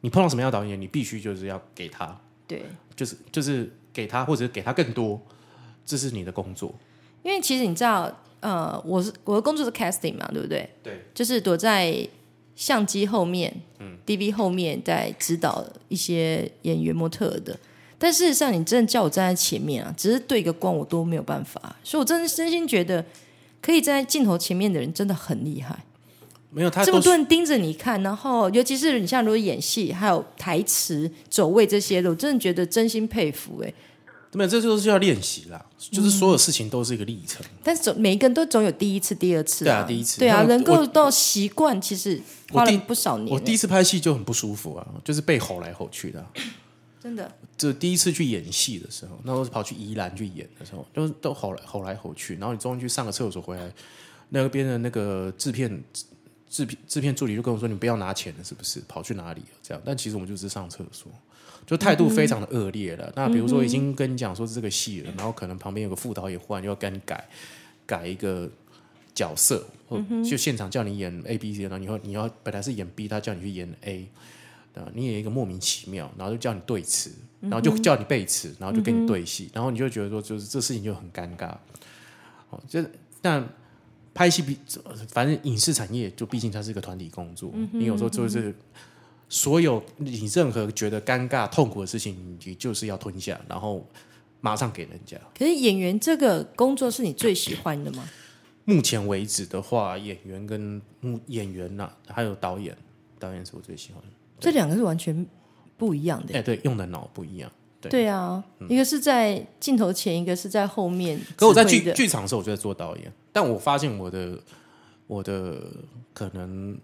[SPEAKER 1] 你碰到什么样的导演，你必须就是要给他，
[SPEAKER 2] 对，
[SPEAKER 1] 就是就是给他，或者是给他更多，这是你的工作。
[SPEAKER 2] 因为其实你知道，呃，我是我的工作是 casting 嘛，对不对？
[SPEAKER 1] 对，
[SPEAKER 2] 就是躲在相机后面，，DV
[SPEAKER 1] 嗯
[SPEAKER 2] 后面在指导一些演员模特儿的。但事实上，你真的叫我站在前面啊，只是对个光我都没有办法，啊所以我真的真心觉得，可以站在镜头前面的人真的很厉害。
[SPEAKER 1] 没有他
[SPEAKER 2] 这么
[SPEAKER 1] 都
[SPEAKER 2] 多
[SPEAKER 1] 是
[SPEAKER 2] 人盯着你看，然后尤其是你像如果演戏，还有台词、走位这些的，我真的觉得真心佩服哎、
[SPEAKER 1] 没有，这就是要练习啦，就是所有事情都是一个历程。
[SPEAKER 2] 但是总每一个人都总有第一次、第二次、
[SPEAKER 1] 对啊第一次
[SPEAKER 2] 对啊，
[SPEAKER 1] 那我
[SPEAKER 2] 能够到习惯，其实花了不少年、
[SPEAKER 1] 我第一
[SPEAKER 2] 欸，
[SPEAKER 1] 次拍戏就很不舒服啊，就是被吼来吼去的啊、
[SPEAKER 2] 真的
[SPEAKER 1] 就第一次去演戏的时候，那时候跑去宜兰去演的时候，就是都吼来吼来吼去，然后你终于去上个厕所回来，那边的那个制片制片制片助理就跟我说：“你不要拿钱了，是不是？跑去哪里了？”这样，但其实我们就是上厕所，就态度非常的恶劣了。那比如说已经跟你讲说是这个戏了，然后可能旁边有个副导演忽然又要跟你改改一个角色，或
[SPEAKER 2] 嗯
[SPEAKER 1] 就现场叫你演 A B C，然后你要你要本来是演 B，他叫你去演 A。啊，你演一个莫名其妙，然后就叫你对词，然后就叫你背词，然后就跟你对戏，然后你就觉得说，就是这事情就很尴尬。哦，这但拍戏比反正影视产业就毕竟它是一个团体工作，你有时候就是所有你任何觉得尴尬痛苦的事情，你就是要吞下，然后马上给人家。
[SPEAKER 2] 可是演员这个工作是你最喜欢的吗？
[SPEAKER 1] 目前为止的话，演员跟幕演员呐、还有导演，导演是我最喜欢的。
[SPEAKER 2] 这两个是完全不一样的欸、
[SPEAKER 1] 哎、对，用的脑不一样。对嗯
[SPEAKER 2] 对啊，一个是在镜头前，一个是在后面指挥的。
[SPEAKER 1] 可我在剧剧场的时候，我就在做导演，但我发现我的我的可能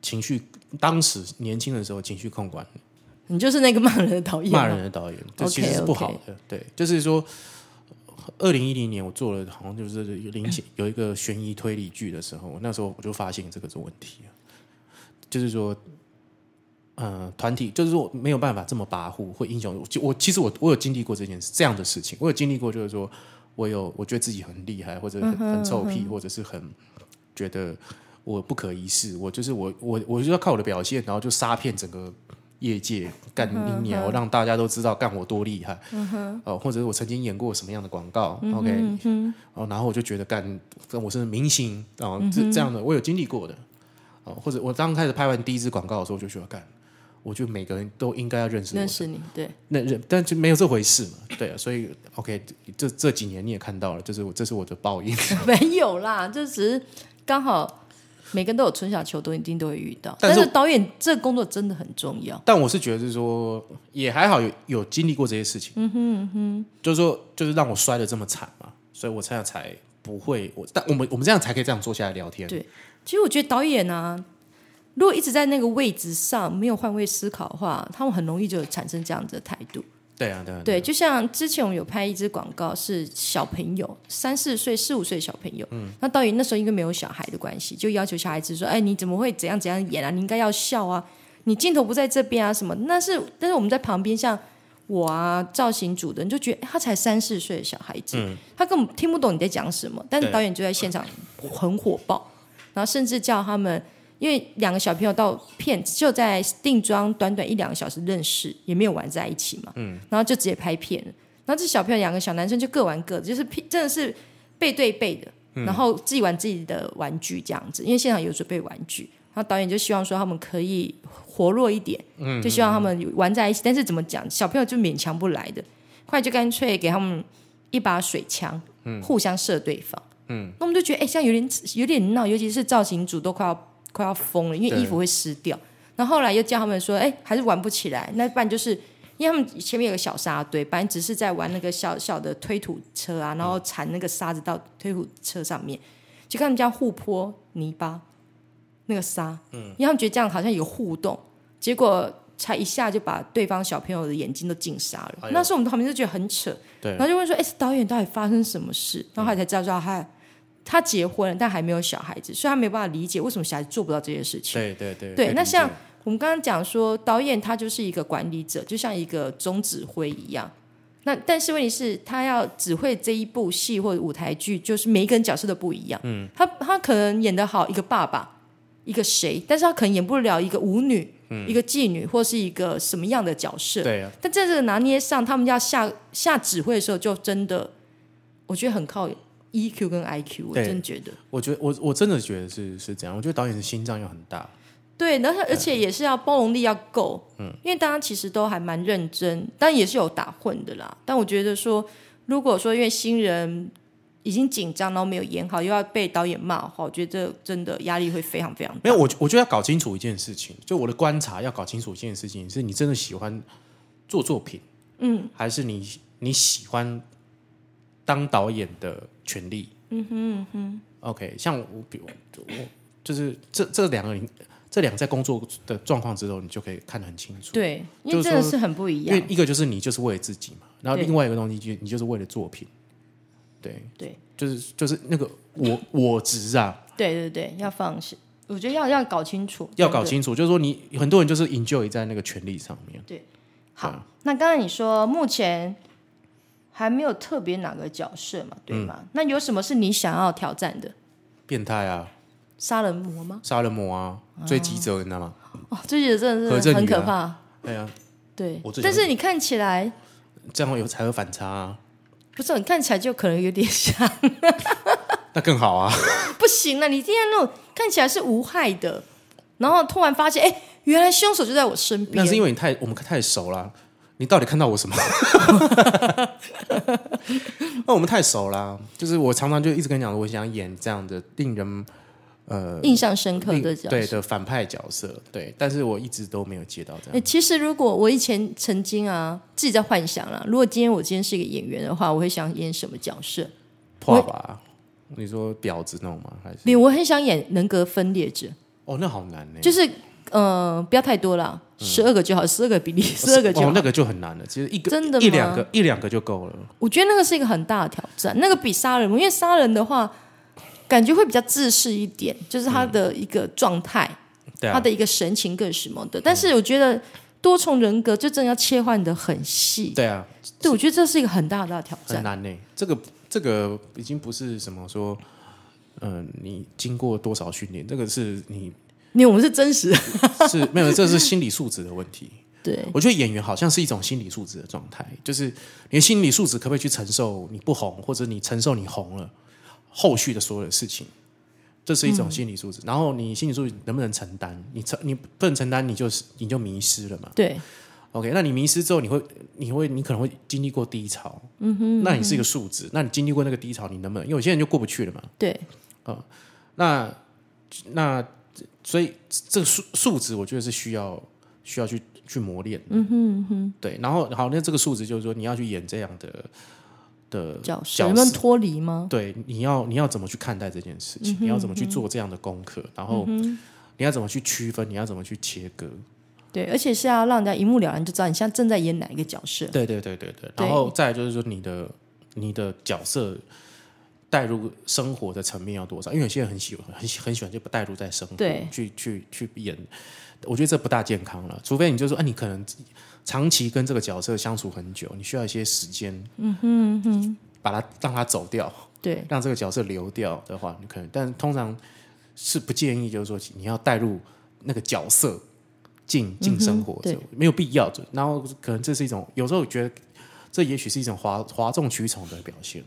[SPEAKER 1] 情绪，当时年轻的时候情绪控管
[SPEAKER 2] 你就是那个骂人的导演吗，啊
[SPEAKER 1] 骂人的导演，这
[SPEAKER 2] OK，
[SPEAKER 1] 其实是不
[SPEAKER 2] OK
[SPEAKER 1] 好的。对，就是说，二零一零年我做了好像就是零起有一个悬疑推理剧的时候，那时候我就发现这个是问题了就是说。呃，团体就是说没有办法这么跋扈，会英雄。我我其实我我有经历过这件事这样的事情，我有经历过，就是说我有我觉得自己很厉害，或者
[SPEAKER 2] 嗯
[SPEAKER 1] 很很臭屁，或者是很觉得我不可一世，我就是我我我就要靠我的表现，然后就杀遍整个业界，干你娘，我让大家都知道干我多厉害，哦、或者是我曾经演过什么样的广告、o k 哦，然后我就觉得干干我是明星哦，这、这样的我有经历过的，哦，或者我刚开始拍完第一支广告的时候，我就觉得干。我觉得每个人都应该要认识我
[SPEAKER 2] 认识你，对， [laughs]
[SPEAKER 1] 那人，但就没有这回事嘛，对啊，所以 OK，这这几年你也看到了，就是我这是我的报应，
[SPEAKER 2] 没有啦，这只是刚好每个人都有春夏秋冬，一定都会遇到。
[SPEAKER 1] 但
[SPEAKER 2] 但
[SPEAKER 1] 是
[SPEAKER 2] 是导演这个工作真的很重要。
[SPEAKER 1] 但我是觉得是说，也还好有有经历过这些事情，嗯哼嗯哼，就是说就是让我摔的这么惨嘛，所以我这样才不会我，但我们我们这样才可以这样坐下来聊天，
[SPEAKER 2] 对其实我觉得导演啊，如果一直在那个位置上没有换位思考的话，他们很容易就产生这样子的态度。
[SPEAKER 1] 对啊对啊，
[SPEAKER 2] 对，就像之前我们有拍一支广告，是小朋友三四岁、四五岁小朋友，
[SPEAKER 1] 嗯
[SPEAKER 2] 那导演那时候因为没有小孩的关系，就要求小孩子说：“哎，你怎么会怎样怎样演啊？你应该要笑啊，你镜头不在这边啊什么？”那是，但是我们在旁边，像我啊，造型组的人就觉得、哎他才三四岁的小孩子，他根本听不懂你在讲什么，但是
[SPEAKER 1] 嗯对
[SPEAKER 2] 导演就在现场很火爆，然后甚至叫他们。因为两个小朋友到片就在定妆短短一两个小时认识，也没有玩在一起嘛，然后就直接拍片了。然后这小朋友两个小男生就各玩各的，就是屁真的是背对背的，然后自己玩自己的玩具这样子，因为现场有准备玩具。然后导演就希望说他们可以活络一点，就希望他们有玩在一起。但是怎么讲，小朋友就勉强不来的，后来就干脆给他们一把水枪，互相射对方。嗯，那我们就觉得哎，这样有点有点闹，尤其是造型组都快要快要疯了，因为
[SPEAKER 1] 对
[SPEAKER 2] 衣服会湿掉。然后后来又叫他们说，哎，还是玩不起来，那不然就是因为他们前面有个小沙堆，本来只是在玩那个小小的推土车
[SPEAKER 1] 嗯
[SPEAKER 2] 啊，然后缠那个沙子到推土车上面，就看他们这样互泼泥巴那个沙，嗯，因为他们觉得这样好像有互动，结果才一下就把对方小朋友的眼睛都进沙了。
[SPEAKER 1] 哎呦
[SPEAKER 2] 那时候我们旁边就觉得很扯，
[SPEAKER 1] 对嗯
[SPEAKER 2] 然后就问说：“哎，导演到底发生什么事？”然后后来才知道说他他结婚了，但还没有小孩子，所以他没有办法理解为什么小孩子做不到这些事情。
[SPEAKER 1] 对对对
[SPEAKER 2] 对
[SPEAKER 1] 可以
[SPEAKER 2] 那
[SPEAKER 1] 理解
[SPEAKER 2] 像我们刚刚讲说，导演他就是一个管理者，就像一个总指挥一样。那但是问题是，他要指挥这一部戏或者舞台剧，就是每一个人角色都不一样。嗯，他他可能演得好一个爸爸，一个谁，但是他可能演不了一个舞女、一个妓女或是一个什么样的角色。
[SPEAKER 1] 嗯对啊，
[SPEAKER 2] 但在这个拿捏上，他们要下下指挥的时候，就真的我觉得很靠 EQ 跟 IQ，我
[SPEAKER 1] 对
[SPEAKER 2] 真觉得。
[SPEAKER 1] 我觉得我我真的觉得是是这样，我觉得导演的心脏要很大，
[SPEAKER 2] 对，然后而且也是要包容力要够，嗯，因为大家其实都还蛮认真，但也是有打混的啦。但我觉得说，如果说因为新人已经紧张，然后没有演好，又要被导演骂的话，我觉得这真的压力会非常非常大。
[SPEAKER 1] 没有，我我觉得要搞清楚一件事情，就我的观察要搞清楚一件事情，是你真的喜欢做作品，嗯，还是你你喜欢当导演的权利？嗯哼哼。OK，像我比我我就是这这两个这两个在工作的状况之后，你就可以看得很清楚。
[SPEAKER 2] 对，因
[SPEAKER 1] 就
[SPEAKER 2] 为
[SPEAKER 1] 是
[SPEAKER 2] 真的
[SPEAKER 1] 说嗯
[SPEAKER 2] 是很不一
[SPEAKER 1] 因为
[SPEAKER 2] 样。
[SPEAKER 1] 一个就是你就是为了自己嘛，然后
[SPEAKER 2] 对
[SPEAKER 1] 另外一个东西就你就是为了作品，对，
[SPEAKER 2] 对，
[SPEAKER 1] 就是就是那个我我执啊，
[SPEAKER 2] 对对对，要放心，我觉得要要搞清楚，
[SPEAKER 1] 要搞
[SPEAKER 2] 真的
[SPEAKER 1] 清楚，就是说你很多人就是 enjoy 在那个权利上面。嗯
[SPEAKER 2] 好，那刚才你说目前还没有特别哪个角色嘛，对吗？
[SPEAKER 1] 嗯
[SPEAKER 2] 那有什么是你想要挑战的？
[SPEAKER 1] 变态啊，
[SPEAKER 2] 杀人魔吗？
[SPEAKER 1] 杀人魔啊，追击者，你知道吗？
[SPEAKER 2] 哦，这觉得真
[SPEAKER 1] 何
[SPEAKER 2] 的是
[SPEAKER 1] 振宇啊
[SPEAKER 2] 很可怕。
[SPEAKER 1] 对啊，
[SPEAKER 2] 对
[SPEAKER 1] 我最，
[SPEAKER 2] 但是你看起来
[SPEAKER 1] 这样会有才有反差啊，
[SPEAKER 2] 不是，你看起来就可能有点像， [laughs]
[SPEAKER 1] 那更好啊。
[SPEAKER 2] 不行了。你今天那种看起来是无害的，然后突然发现，哎，原来凶手就在我身边。
[SPEAKER 1] 那是因为你太我们太熟了，啊你到底看到我什么？ [laughs] 那我们太熟啦，就是我常常就一直跟你讲，我想演这样的令人呃
[SPEAKER 2] 印象深刻
[SPEAKER 1] 令
[SPEAKER 2] 的角色。
[SPEAKER 1] 对的反派角色，对，但是我一直都没有接到这
[SPEAKER 2] 欸
[SPEAKER 1] 样。
[SPEAKER 2] 其实如果我以前曾经啊，自己在幻想啦，如果今天我今天是一个演员的话，我会想演什么角色？
[SPEAKER 1] 破吧？你说婊子那种吗？还
[SPEAKER 2] 比
[SPEAKER 1] 是
[SPEAKER 2] 如我很想演人格分裂者，
[SPEAKER 1] 哦，那好难呢、
[SPEAKER 2] 就是呃，不要太多啦，
[SPEAKER 1] 嗯
[SPEAKER 2] 十二个就好，十二个比例，十二个就好。
[SPEAKER 1] 哦，那个就很难了。其实一个
[SPEAKER 2] 真的吗
[SPEAKER 1] 一两个一两个就够了。
[SPEAKER 2] 我觉得那个是一个很大的挑战，那个比杀人，因为杀人的话，感觉会比较自私一点，就是他的一个状态，
[SPEAKER 1] 对啊
[SPEAKER 2] 他，的一个神情跟什么的。但是我觉得多重人格就真的要切换的很细，
[SPEAKER 1] 对啊，
[SPEAKER 2] 对我觉得这是一个很大很大的挑
[SPEAKER 1] 很
[SPEAKER 2] 战。
[SPEAKER 1] 难呢、这个这个已经不是什么说，嗯、你经过多少训练，这个是你
[SPEAKER 2] 因为我们是真实的，
[SPEAKER 1] 是 [laughs] 没有，这是心理素质的问题。
[SPEAKER 2] 对
[SPEAKER 1] 我觉得演员好像是一种心理素质的状态，就是你的心理素质可不可以去承受你不红，或者你承受你红了后续的所有的事情，这是一
[SPEAKER 2] 嗯
[SPEAKER 1] 种心理素质。然后你心理素质能不能承担？你承你不能承担，你就是你就迷失了嘛。
[SPEAKER 2] 对
[SPEAKER 1] OK，那你迷失之后，你会，你会，你可能会经历过低潮，嗯哼，那你是一个数值，那你经历过那个低潮，你能不能？因为有些人就过不去了嘛，
[SPEAKER 2] 对，
[SPEAKER 1] 那那所以这个素素质，我觉得是需要需要去去磨练的。
[SPEAKER 2] 嗯哼嗯哼，
[SPEAKER 1] 对，然后好，那这个素质就是说，你要去演这样的的
[SPEAKER 2] 角色
[SPEAKER 1] 角
[SPEAKER 2] 能不能
[SPEAKER 1] 色
[SPEAKER 2] 脱离吗？
[SPEAKER 1] 对，你要你要怎么去看待这件事
[SPEAKER 2] 嗯
[SPEAKER 1] 情？你要怎么去做这样的功课？然后你要怎么去区分？你要怎么去切割？
[SPEAKER 2] 对，而且是要让人家一目了然就知道你现在正在演哪一个角色。
[SPEAKER 1] 对对对对对。
[SPEAKER 2] 对
[SPEAKER 1] 然后再来就是说，你的你的角色带入生活的层面要多少？因为有些人很喜欢很喜很喜欢就不带入在生活，
[SPEAKER 2] 对
[SPEAKER 1] 去去去演，我觉得这不大健康了。除非你就说，哎、你可能长期跟这个角色相处很久，你需要一些时间，嗯哼哼，把它让它走掉。
[SPEAKER 2] 对，
[SPEAKER 1] 让这个角色流掉的话，你可能，但通常是不建议，就是说你要带入那个角色进进生活，
[SPEAKER 2] 对
[SPEAKER 1] 没有必要。就然后可能这是一种，有时候我觉得这也许是一种哗哗众取宠的表现。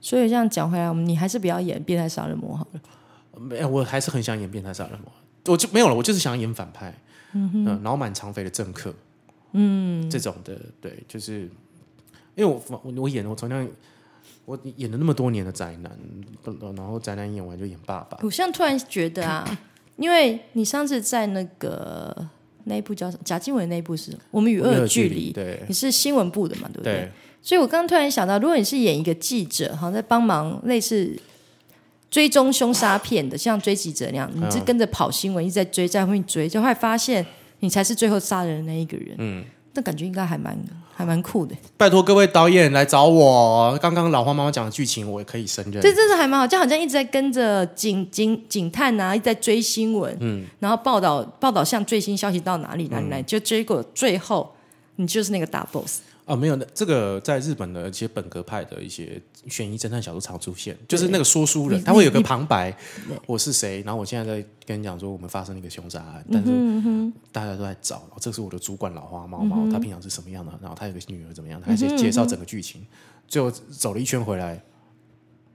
[SPEAKER 2] 所以这样讲回来，我们你还是不要演变态杀人魔好了。
[SPEAKER 1] 没有，我还是很想演变态杀人魔，我就没有了，我就是想演反派，嗯、呃，脑满肠肥的政客，嗯，这种的，对，就是因为我我我演我从那我演了那么多年的宅男，然后宅男演完就演爸爸，
[SPEAKER 2] 我现在突然觉得 [laughs] 啊，因为你上次在那个那一部叫什么贾静雯那一部是《我们与恶的距离》，
[SPEAKER 1] 对
[SPEAKER 2] 你是新闻部的嘛，对不对？
[SPEAKER 1] 对
[SPEAKER 2] 所以我刚刚突然想到，如果你是演一个记者，好像在帮忙类似追踪凶杀片的，像追击者那样，你是跟着跑新闻，一直在追，在后面追，就后来发现你才是最后杀人的那一个人，嗯，那感觉应该还蛮还蛮酷的，
[SPEAKER 1] 拜托各位导演来找我。刚刚老花妈妈讲的剧情，我也可以胜任。
[SPEAKER 2] 这真是还蛮好，就好像一直在跟着警警警探啊，一直在追新闻，嗯，然后报道报道像最新消息到哪里
[SPEAKER 1] 嗯
[SPEAKER 2] 哪里哪里，就结果最后你就是那个大 boss，
[SPEAKER 1] 哦，没有，那这个在日本的一些本格派的一些悬疑侦探小说常出现，就是那个说书人，他会有个旁白，我是谁，然后我现在在跟你讲说我们发生了一个凶杀
[SPEAKER 2] 嗯
[SPEAKER 1] 案，但是大家都在找，然后这是我的主管老花
[SPEAKER 2] 嗯
[SPEAKER 1] 猫猫，他平常是什么样的，然后他有个女儿怎么样，他还是介绍整个剧情，最后走了一圈回来，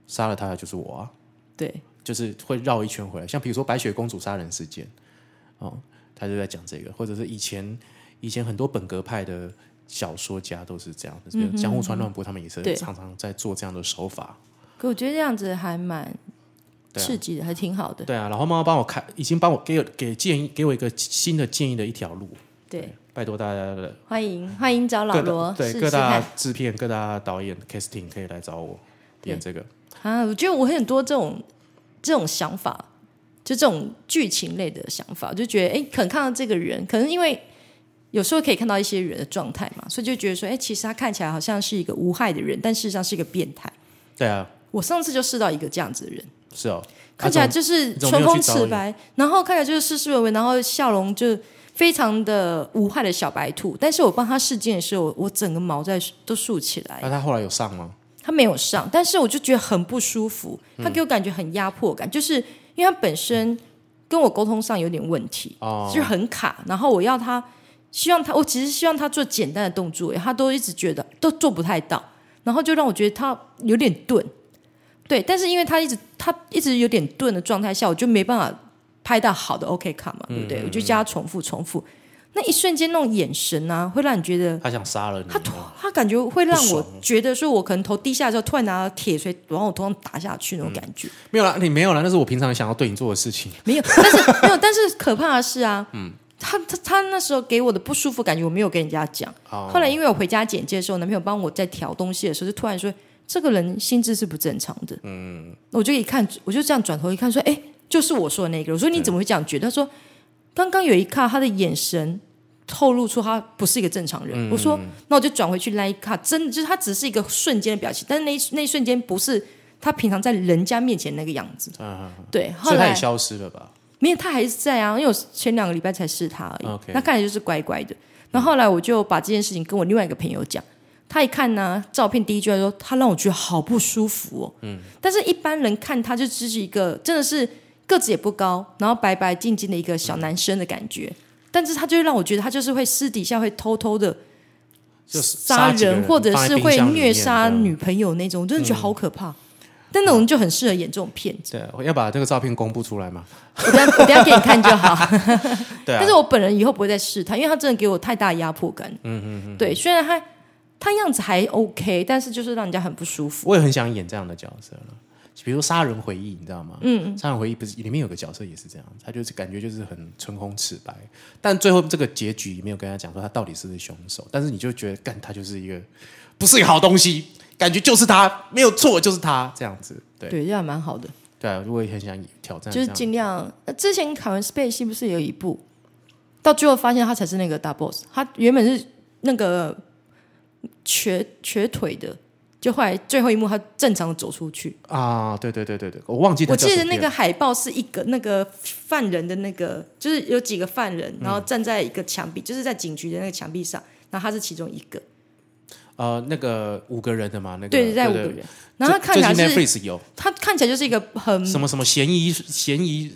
[SPEAKER 1] 杀了他的就是我啊。
[SPEAKER 2] 对，
[SPEAKER 1] 就是会绕一圈回来。像比如说白雪公主杀人事件，哦，他就在讲这个，或者是以前以前很多本格派的小说家都是这样的，比如江户川乱步他们也是
[SPEAKER 2] 嗯对
[SPEAKER 1] 常常在做这样的手法。
[SPEAKER 2] 可我觉得这样子还蛮
[SPEAKER 1] 对啊
[SPEAKER 2] 刺激的，还挺好的，
[SPEAKER 1] 对啊，然后妈妈帮我开，已经帮我给我给建议，给我一个新的建议的一条路。
[SPEAKER 2] 对。，
[SPEAKER 1] 拜托大家的
[SPEAKER 2] 欢迎欢迎找老
[SPEAKER 1] 各
[SPEAKER 2] 罗
[SPEAKER 1] 大
[SPEAKER 2] 试
[SPEAKER 1] 对
[SPEAKER 2] 试
[SPEAKER 1] 各大
[SPEAKER 2] 看
[SPEAKER 1] 制片、各大导演 casting 可以来找我演这个。
[SPEAKER 2] 啊！我觉得我很多这种这种想法，就这种剧情类的想法，就觉得哎，可能看到这个人，可能因为有时候可以看到一些人的状态嘛，所以就觉得说，哎，其实他看起来好像是一个无害的人，但事实上是一个变态。
[SPEAKER 1] 对啊，
[SPEAKER 2] 我上次就试到一个这样子的人，
[SPEAKER 1] 是哦，
[SPEAKER 2] 看起来
[SPEAKER 1] 啊
[SPEAKER 2] 就是
[SPEAKER 1] 你怎么
[SPEAKER 2] 唇
[SPEAKER 1] 没有
[SPEAKER 2] 红
[SPEAKER 1] 去找
[SPEAKER 2] 齿白，然后看起来就是斯斯文文，然后笑容就非常的无害的小白兔。但是我帮他试镜的时候，我整个毛在都竖起来
[SPEAKER 1] 那、。啊他后来有上吗？
[SPEAKER 2] 他没有上，但是我就觉得很不舒服，他给我感觉很压迫感，就是因为他本身跟我沟通上有点问题，
[SPEAKER 1] 哦
[SPEAKER 2] 就是很卡，然后我要他，希望他，我只是希望他做简单的动作，他都一直觉得都做不太到，然后就让我觉得他有点钝，对，但是因为他一直他一直有点钝的状态下，我就没办法拍到好的 OK 卡嘛，对不对？我就叫他重复重复，那一瞬间那种眼神啊，会让你觉得
[SPEAKER 1] 他想杀了你
[SPEAKER 2] 他
[SPEAKER 1] 吗？
[SPEAKER 2] 突他感觉会让
[SPEAKER 1] 不
[SPEAKER 2] 我
[SPEAKER 1] 爽
[SPEAKER 2] 觉得说，我可能头低下的时候，突然拿铁锤往我头上打下去那
[SPEAKER 1] 嗯
[SPEAKER 2] 种感觉。
[SPEAKER 1] 没有啦，你没有啦，那是我平常想要对你做的事情。
[SPEAKER 2] 没
[SPEAKER 1] [laughs]
[SPEAKER 2] 有，但是没有，但是可怕的是啊，
[SPEAKER 1] 嗯
[SPEAKER 2] 他他他那时候给我的不舒服感觉，我没有跟人家讲。
[SPEAKER 1] 哦
[SPEAKER 2] 后来因为我回家简介的时候，男朋友帮我在调东西的时候，就突然说这个人心智是不正常的。嗯，我就一看，我就这样转头一看，说，哎，就是我说的那个。我说你怎么会这样觉得？他说刚刚有一看他的眼神。透露出他不是一个正常人，
[SPEAKER 1] 嗯
[SPEAKER 2] 我说，那我就转回去那一看，真的就是他只是一个瞬间的表情，但是那一那一瞬间不是他平常在人家面前那个样子。对，后
[SPEAKER 1] 啊所以他
[SPEAKER 2] 来
[SPEAKER 1] 也消失了吧？
[SPEAKER 2] 没有，他还是在啊，因为我前两个礼拜才试他而已。
[SPEAKER 1] OK
[SPEAKER 2] 那看起来就是乖乖的。然后后来我就把这件事情跟我另外一个朋友讲，他一看呢、照片第一句话说，他让我觉得好不舒服哦。嗯，但是一般人看他就只是一个真的是个子也不高，然后白白净净的一个小男生的感觉，但是他就会让我觉得他就是会私底下会偷偷的
[SPEAKER 1] 就
[SPEAKER 2] 杀
[SPEAKER 1] 杀几个
[SPEAKER 2] 人，或者
[SPEAKER 1] 嗯放在
[SPEAKER 2] 是
[SPEAKER 1] 冰
[SPEAKER 2] 会
[SPEAKER 1] 箱里
[SPEAKER 2] 虐
[SPEAKER 1] 面
[SPEAKER 2] 杀
[SPEAKER 1] 这样嗯
[SPEAKER 2] 女朋友那种，我真的觉得好可怕。但那种人就很适合演这种骗子，
[SPEAKER 1] 对，我要把这个照片公布出来嘛？
[SPEAKER 2] 我等一下我等一下给你看就好。
[SPEAKER 1] [laughs] 对啊
[SPEAKER 2] 但是，我本人以后不会再试他，因为他真的给我太大压迫感。嗯嗯嗯。对，虽然他他样子还 OK，但是就是让人家很不舒服。
[SPEAKER 1] 我也很想演这样的角色了。比如说《杀人回忆》，你知道吗？嗯，《杀人回忆》不是里面有个角色也是这样，他就是感觉就是很唇红齿白，但最后这个结局也没有跟他讲说他到底是不是凶手，但是你就觉得干他就是一个不是一个好东西，感觉就是他没有错，就是他这样子。对
[SPEAKER 2] 对，这样蛮好的，
[SPEAKER 1] 对啊，我也很想挑战这
[SPEAKER 2] 就是
[SPEAKER 1] 样，
[SPEAKER 2] 尽量。呃之前凯文·斯贝西不是有一部，到最后发现他才是那个大 boss，他原本是那个瘸瘸腿的，就后来最后一幕他正常的走出去。
[SPEAKER 1] 啊，对对对对对，我忘记他
[SPEAKER 2] 我
[SPEAKER 1] 叫
[SPEAKER 2] 记
[SPEAKER 1] 什
[SPEAKER 2] 得
[SPEAKER 1] 么
[SPEAKER 2] 那
[SPEAKER 1] 片
[SPEAKER 2] 个海报是一个那个犯人的那个，就是有几个犯人，然
[SPEAKER 1] 嗯
[SPEAKER 2] 后站在一个墙壁，就是在警局的那个墙壁上，然后他是其中一个，
[SPEAKER 1] 呃那个五个人的嘛，那个
[SPEAKER 2] 对，在五个人，然后他看起来
[SPEAKER 1] 最近
[SPEAKER 2] 是，
[SPEAKER 1] Netflix 有
[SPEAKER 2] 他看起来就是一个很
[SPEAKER 1] 什么什么嫌疑嫌疑，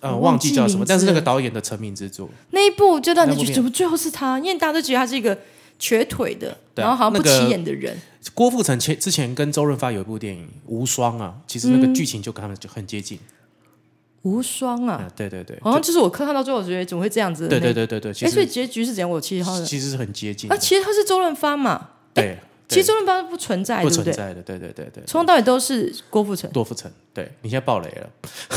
[SPEAKER 1] 呃，
[SPEAKER 2] 我
[SPEAKER 1] 嗯忘
[SPEAKER 2] 忘记
[SPEAKER 1] 记叫什么，
[SPEAKER 2] 名字
[SPEAKER 1] 但是那个导演的成名之作，
[SPEAKER 2] 那一部就让
[SPEAKER 1] 那
[SPEAKER 2] 你
[SPEAKER 1] 部
[SPEAKER 2] 觉得
[SPEAKER 1] 片
[SPEAKER 2] 怎么最后是他，因为大家都觉得他是一个瘸腿的，
[SPEAKER 1] 对啊
[SPEAKER 2] 然后好像不
[SPEAKER 1] 那个
[SPEAKER 2] 起眼的人，
[SPEAKER 1] 郭富城前之前跟周润发有一部电影《无双》啊，其实那个剧情就跟他们就很接近。
[SPEAKER 2] 无双啊，
[SPEAKER 1] 嗯，对对对，
[SPEAKER 2] 好像就是我看到最后，我觉得怎么会这样子？
[SPEAKER 1] 对对，对对对，其
[SPEAKER 2] 哎，所以
[SPEAKER 1] 实
[SPEAKER 2] 结局是怎样？我其实好像，
[SPEAKER 1] 其实是很接近
[SPEAKER 2] 啊，
[SPEAKER 1] 的，
[SPEAKER 2] 其实他是周润发嘛，
[SPEAKER 1] 对，
[SPEAKER 2] 其实
[SPEAKER 1] 对
[SPEAKER 2] 周润发不存在，对
[SPEAKER 1] 不
[SPEAKER 2] 不
[SPEAKER 1] 存
[SPEAKER 2] 对？
[SPEAKER 1] 在的，对对对对，
[SPEAKER 2] 从头到尾都是郭富城。
[SPEAKER 1] 郭富城，对你现在爆雷了。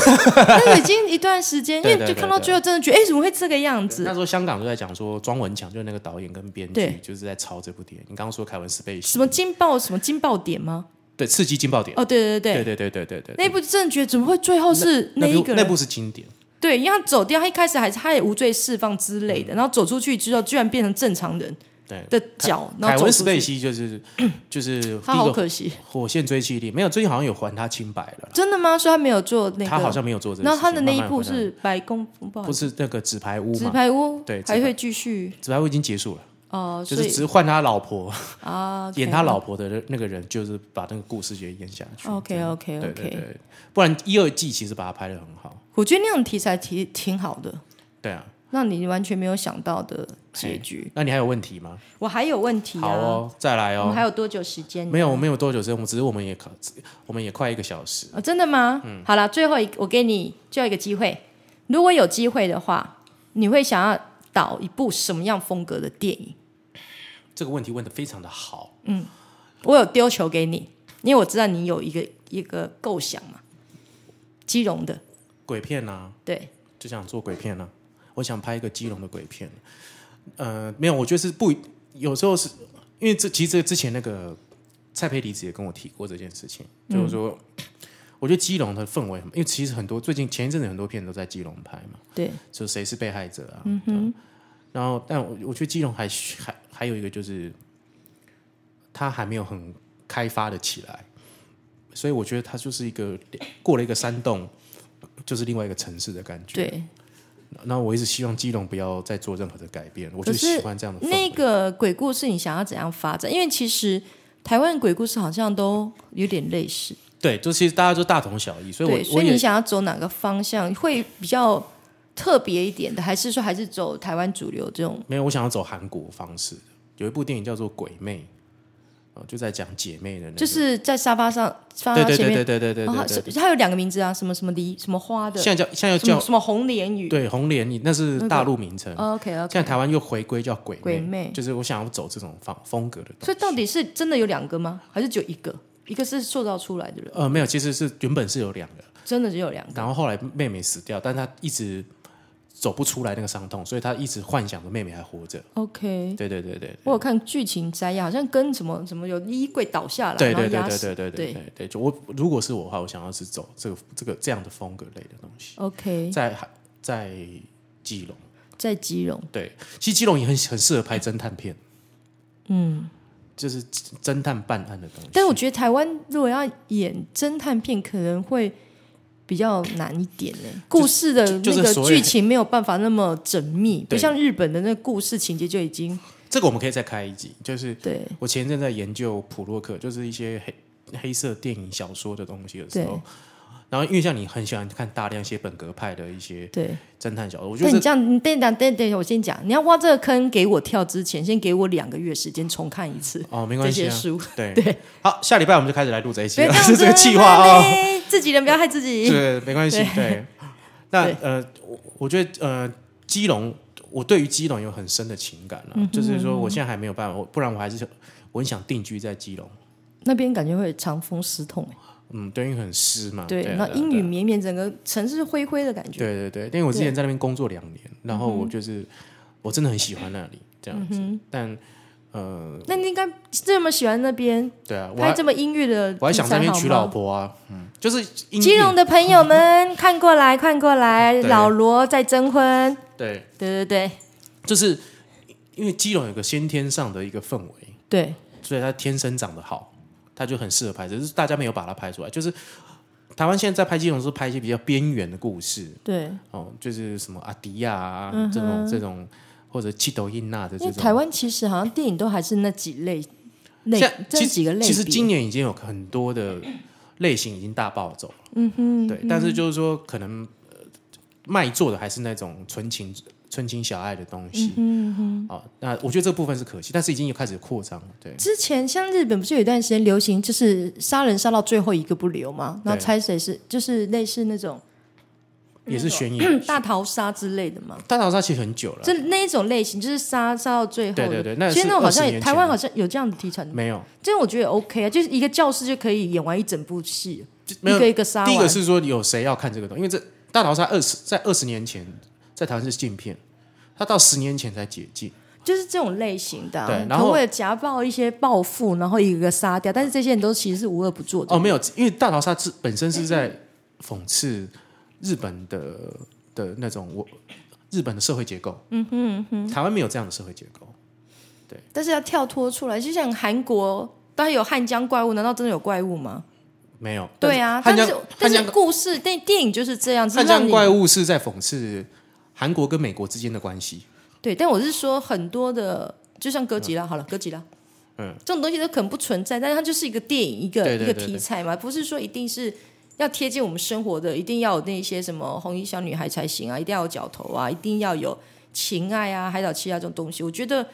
[SPEAKER 2] 那个已经一段时
[SPEAKER 1] [laughs]
[SPEAKER 2] 间，因
[SPEAKER 1] 对
[SPEAKER 2] 为就
[SPEAKER 1] 对对
[SPEAKER 2] 看到
[SPEAKER 1] 对
[SPEAKER 2] 最后，真的觉得哎，怎么会这个样子
[SPEAKER 1] 那？时候香港就在讲说，庄文强就是那个导演跟编剧
[SPEAKER 2] 对，
[SPEAKER 1] 就是在抄这部电影。你刚刚说凯文·斯贝西，
[SPEAKER 2] 什么惊爆什么惊爆点吗？
[SPEAKER 1] 对刺激惊爆点？
[SPEAKER 2] 哦，对对
[SPEAKER 1] 对
[SPEAKER 2] 对
[SPEAKER 1] 对对对对对，
[SPEAKER 2] 那部真的觉得怎么会最后是
[SPEAKER 1] 那
[SPEAKER 2] 一
[SPEAKER 1] 部
[SPEAKER 2] 个
[SPEAKER 1] 那
[SPEAKER 2] 人？
[SPEAKER 1] 部是经典。
[SPEAKER 2] 对，因为他走掉，他一开始还是他也无罪释放之类
[SPEAKER 1] 嗯
[SPEAKER 2] 的，然后走出去之后，居然变成正常人
[SPEAKER 1] 对，
[SPEAKER 2] 的脚，然
[SPEAKER 1] 凯
[SPEAKER 2] 后走
[SPEAKER 1] 文·斯
[SPEAKER 2] 出
[SPEAKER 1] 贝
[SPEAKER 2] 去，[clears throat]
[SPEAKER 1] 西就是就是第一
[SPEAKER 2] 他好
[SPEAKER 1] 个
[SPEAKER 2] 可惜，
[SPEAKER 1] 火线追妻令，没有最近好像有还他清白了啦，
[SPEAKER 2] 真的吗？所以他没有做那个，
[SPEAKER 1] 他好像没有做这个事情。
[SPEAKER 2] 然后他的那一
[SPEAKER 1] 慢慢
[SPEAKER 2] 部
[SPEAKER 1] 还他
[SPEAKER 2] 是白宫不好
[SPEAKER 1] 不
[SPEAKER 2] 意思，
[SPEAKER 1] 是那个纸牌屋
[SPEAKER 2] 纸
[SPEAKER 1] 嘛？
[SPEAKER 2] 牌屋，
[SPEAKER 1] 对纸牌
[SPEAKER 2] 还会继续
[SPEAKER 1] 纸牌屋已经结束了，
[SPEAKER 2] 哦，
[SPEAKER 1] 就
[SPEAKER 2] 所
[SPEAKER 1] 是
[SPEAKER 2] 以
[SPEAKER 1] 只是换他老婆，
[SPEAKER 2] 啊，
[SPEAKER 1] 演他老婆的那个人，就是把那个故事给演下去。
[SPEAKER 2] ，OK OK
[SPEAKER 1] 对对
[SPEAKER 2] OK，
[SPEAKER 1] 对，不然一二季其实把它拍的很好。
[SPEAKER 2] 我觉得那样题材挺挺好的，
[SPEAKER 1] 对啊，
[SPEAKER 2] 让你完全没有想到的结局。
[SPEAKER 1] 那你还有问题吗？
[SPEAKER 2] 我还有问题啊，
[SPEAKER 1] 哎好哦，再来
[SPEAKER 2] 我们还
[SPEAKER 1] 哦。
[SPEAKER 2] 有多久时间？
[SPEAKER 1] 没有，我们没有多久时间，我们只是我们也可，我们也快一个小时。
[SPEAKER 2] 哦，真的吗？
[SPEAKER 1] 嗯
[SPEAKER 2] 好了，最后一个我给你最后一个机会，如果有机会的话，你会想要导一部什么样风格的电影？
[SPEAKER 1] 这个问题问的非常的好。
[SPEAKER 2] 我有丢球给你，因为我知道你有一个一个构想嘛，基隆的，
[SPEAKER 1] 鬼片啊，
[SPEAKER 2] 对，
[SPEAKER 1] 就想做鬼片啊，我想拍一个基隆的鬼片。呃，没有，我觉得是不，有时候是因为这其实这之前那个蔡佩离子也跟我提过这件事情，就是说，我觉得基隆的氛围很，因为其实很多最近前一阵子很多片都在基隆拍嘛，
[SPEAKER 2] 对，
[SPEAKER 1] 就谁是被害者啊，嗯哼，然后但我我觉得基隆还需还还有一个就是，它还没有很开发的起来，所以我觉得它就是一个过了一个山洞，就是另外一个城市的感觉，
[SPEAKER 2] 对，
[SPEAKER 1] 那我一直希望基隆不要再做任何的改变，我就
[SPEAKER 2] 可是
[SPEAKER 1] 喜欢这样的氛
[SPEAKER 2] 那
[SPEAKER 1] 围。
[SPEAKER 2] 个鬼故事你想要怎样发展？因为其实台湾的鬼故事好像都有点类似，
[SPEAKER 1] 对，就其实大家就大同小异，所以我
[SPEAKER 2] 对，所
[SPEAKER 1] 我
[SPEAKER 2] 以
[SPEAKER 1] 也
[SPEAKER 2] 你想要走哪个方向会比较特别一点的，还是说还是走台湾主流这种？
[SPEAKER 1] 没有，我想要走韩国方式。有一部电影叫做《鬼妹》，呃就在讲姐妹的那个，
[SPEAKER 2] 就是在沙发上，沙
[SPEAKER 1] 对
[SPEAKER 2] 发
[SPEAKER 1] 对
[SPEAKER 2] 前
[SPEAKER 1] 对
[SPEAKER 2] 面，
[SPEAKER 1] 对对对对
[SPEAKER 2] 然后
[SPEAKER 1] 对
[SPEAKER 2] 它是
[SPEAKER 1] 对。
[SPEAKER 2] 它有两个名字啊，什么什么梨，什么花的，什
[SPEAKER 1] 现在叫现在
[SPEAKER 2] 么
[SPEAKER 1] 叫
[SPEAKER 2] 什么红莲雨。哦
[SPEAKER 1] 对红莲，你那是大陆名称。
[SPEAKER 2] OK OK，
[SPEAKER 1] 现在台湾又回归叫鬼
[SPEAKER 2] 鬼妹
[SPEAKER 1] 就是我想要走这种方风格的东西。
[SPEAKER 2] 所以到底是真的有两个吗？还是只有一个？一个是塑造出来的人，
[SPEAKER 1] 呃，没有，其实是原本是有两个，
[SPEAKER 2] 真的只有两个。
[SPEAKER 1] 然后后来妹妹死掉，但她一直走不出来那个伤痛，所以她一直幻想着妹妹还活着。
[SPEAKER 2] OK，
[SPEAKER 1] 对对对对，
[SPEAKER 2] 我有看剧情摘要，好像跟什么什么有衣柜倒下来，
[SPEAKER 1] 对
[SPEAKER 2] 然后
[SPEAKER 1] 对对
[SPEAKER 2] 压
[SPEAKER 1] 对
[SPEAKER 2] 死。
[SPEAKER 1] 对对对对对，就我如果是我的话，我想要是走这个这个这样的风格类的东西，
[SPEAKER 2] OK，
[SPEAKER 1] 在海在基隆，
[SPEAKER 2] 在基隆，
[SPEAKER 1] 对，其实基隆也很很适合拍侦探片，嗯，就是侦探办案的东西。
[SPEAKER 2] 嗯但我觉得台湾如果要演侦探片，可能会比较难一点
[SPEAKER 1] [laughs]
[SPEAKER 2] 呢、故事的
[SPEAKER 1] 就
[SPEAKER 2] 那
[SPEAKER 1] 就是
[SPEAKER 2] 个
[SPEAKER 1] 所谓
[SPEAKER 2] 剧情没有办法那么缜密，不
[SPEAKER 1] 对
[SPEAKER 2] 像日本的那个故事情节就已经
[SPEAKER 1] 这个我们可以再开一集，就是
[SPEAKER 2] 对
[SPEAKER 1] 我前一阵在研究普洛克，就是一些黑黑色电影小说的东西的时候
[SPEAKER 2] 对。
[SPEAKER 1] 然后，因为像你很喜欢看大量一些本格派的一些
[SPEAKER 2] 对。
[SPEAKER 1] 侦探小说，我觉
[SPEAKER 2] 但
[SPEAKER 1] 得
[SPEAKER 2] 你
[SPEAKER 1] 这
[SPEAKER 2] 这样，你等等等等，我先讲，你要挖这个坑给我跳之前，先给我两个月时间重看一次
[SPEAKER 1] 哦没
[SPEAKER 2] 这
[SPEAKER 1] 关系
[SPEAKER 2] 些
[SPEAKER 1] 啊，
[SPEAKER 2] 书。
[SPEAKER 1] 对对。好，下礼拜我们就开始来录这一期
[SPEAKER 2] [laughs]
[SPEAKER 1] 了，
[SPEAKER 2] 子
[SPEAKER 1] 是 [laughs] 这个计划啊、哦。
[SPEAKER 2] 嘞，自己人不要害自己。
[SPEAKER 1] 对，没关系。对，那
[SPEAKER 2] 对
[SPEAKER 1] 呃，我我觉得呃，基隆，我对于基隆有很深的情感了、
[SPEAKER 2] 嗯
[SPEAKER 1] 就是说我现在还没有办法，我不然我还是我很想定居在基隆。
[SPEAKER 2] 那边感觉会长风湿痛、欸，
[SPEAKER 1] 嗯，对，因为很湿嘛。
[SPEAKER 2] 对，
[SPEAKER 1] 啊
[SPEAKER 2] 然后
[SPEAKER 1] 对啊
[SPEAKER 2] 阴
[SPEAKER 1] 对
[SPEAKER 2] 雨
[SPEAKER 1] 啊
[SPEAKER 2] 绵绵，整个城市灰灰的感觉。
[SPEAKER 1] 对对对，因为我之前
[SPEAKER 2] 对嗯
[SPEAKER 1] 在那边工作两年，然后我就是、我真的很喜欢那里这样子，但呃，
[SPEAKER 2] 那你应该这么喜欢那边，
[SPEAKER 1] 对啊，我
[SPEAKER 2] 拍
[SPEAKER 1] 还
[SPEAKER 2] 这么阴郁的，
[SPEAKER 1] 我还想在那边娶老。婆啊，嗯，就是因
[SPEAKER 2] 基隆的朋友们，看过来，看过来，
[SPEAKER 1] 对
[SPEAKER 2] 老罗在征婚，
[SPEAKER 1] 对，
[SPEAKER 2] 对对对
[SPEAKER 1] 就是因为基隆有个先天上的一个氛围，
[SPEAKER 2] 对，
[SPEAKER 1] 所以它天生长得好，它就很适合拍，只是大家没有把它拍出来，就是。台湾现在在拍基隆是拍一些比较边缘的故事
[SPEAKER 2] 对，
[SPEAKER 1] 哦，就是什么阿迪亚啊、这种这种，或者七斗印娜的
[SPEAKER 2] 因
[SPEAKER 1] 这
[SPEAKER 2] 为
[SPEAKER 1] 种。
[SPEAKER 2] 台湾其实好像电影都还是那几类类
[SPEAKER 1] 现在
[SPEAKER 2] 这
[SPEAKER 1] 其实
[SPEAKER 2] 几个类别。
[SPEAKER 1] 其实今年已经有很多的类型已经大暴走了，嗯哼，对，但是就是说可能、呃卖座的还是那种纯情纯情小爱的东西，嗯哼啊，那我觉得这部分是可惜，但是已经有开始扩张了，对，
[SPEAKER 2] 之前像日本不是有一段时间流行，就是杀人杀到最后一个不留嘛，然后
[SPEAKER 1] 对
[SPEAKER 2] 猜谁是，就是类似那种
[SPEAKER 1] 也是悬疑。
[SPEAKER 2] [clears throat] 大逃杀之类的嘛。
[SPEAKER 1] 大逃杀其实很久了，
[SPEAKER 2] 这那一种类型就是杀杀到最后的，
[SPEAKER 1] 对对对那
[SPEAKER 2] 其实
[SPEAKER 1] 是
[SPEAKER 2] 那种好像
[SPEAKER 1] 20
[SPEAKER 2] 也
[SPEAKER 1] 年
[SPEAKER 2] 台
[SPEAKER 1] 前
[SPEAKER 2] 湾
[SPEAKER 1] 的
[SPEAKER 2] 好像有这样的题材的，
[SPEAKER 1] 没有，
[SPEAKER 2] 这样我觉得 OK 啊，就是一个教室就可以演完一整部戏，
[SPEAKER 1] 就没
[SPEAKER 2] 一
[SPEAKER 1] 有
[SPEAKER 2] 个。一个杀完。
[SPEAKER 1] 第一个是说有谁要看这个东西，因为这大逃杀二十在二十年前在台湾是禁片，它到十年前才解禁。
[SPEAKER 2] 就是这种类型的啊、
[SPEAKER 1] 对然
[SPEAKER 2] 可能
[SPEAKER 1] 后
[SPEAKER 2] 为了夹报一些暴富，然后一个个杀掉，但是这些人都其实是无恶不作的。
[SPEAKER 1] 哦，没有，因为大逃杀是本身是在讽刺日本的的那种我日本的社会结构。嗯哼哼，台湾没有这样的社会结构。
[SPEAKER 2] 但是要跳脱出来，就像韩国，当然有汉江怪物，难道真的有怪物吗？
[SPEAKER 1] 没有，
[SPEAKER 2] 对啊，
[SPEAKER 1] 但
[SPEAKER 2] 但
[SPEAKER 1] 是
[SPEAKER 2] 是但
[SPEAKER 1] 汉江汉
[SPEAKER 2] 是
[SPEAKER 1] 江
[SPEAKER 2] 故事电电影就是这样子，
[SPEAKER 1] 汉
[SPEAKER 2] 让
[SPEAKER 1] 江
[SPEAKER 2] 你
[SPEAKER 1] 怪物是在讽刺韩国跟美国之间的关系。
[SPEAKER 2] 对，但我是说很多的，就像哥吉拉、好了，哥吉拉，
[SPEAKER 1] 嗯，
[SPEAKER 2] 这种东西都可能不存在，但是它就是一个电影，一个
[SPEAKER 1] 对对
[SPEAKER 2] 一个
[SPEAKER 1] 对
[SPEAKER 2] 题
[SPEAKER 1] 对
[SPEAKER 2] 材嘛，不是说一定是要贴近我们生活的，一定要有那些什么红衣小女孩才行啊，一定要有角头啊，一定要有情爱啊、海岛七啊这种东西，我觉得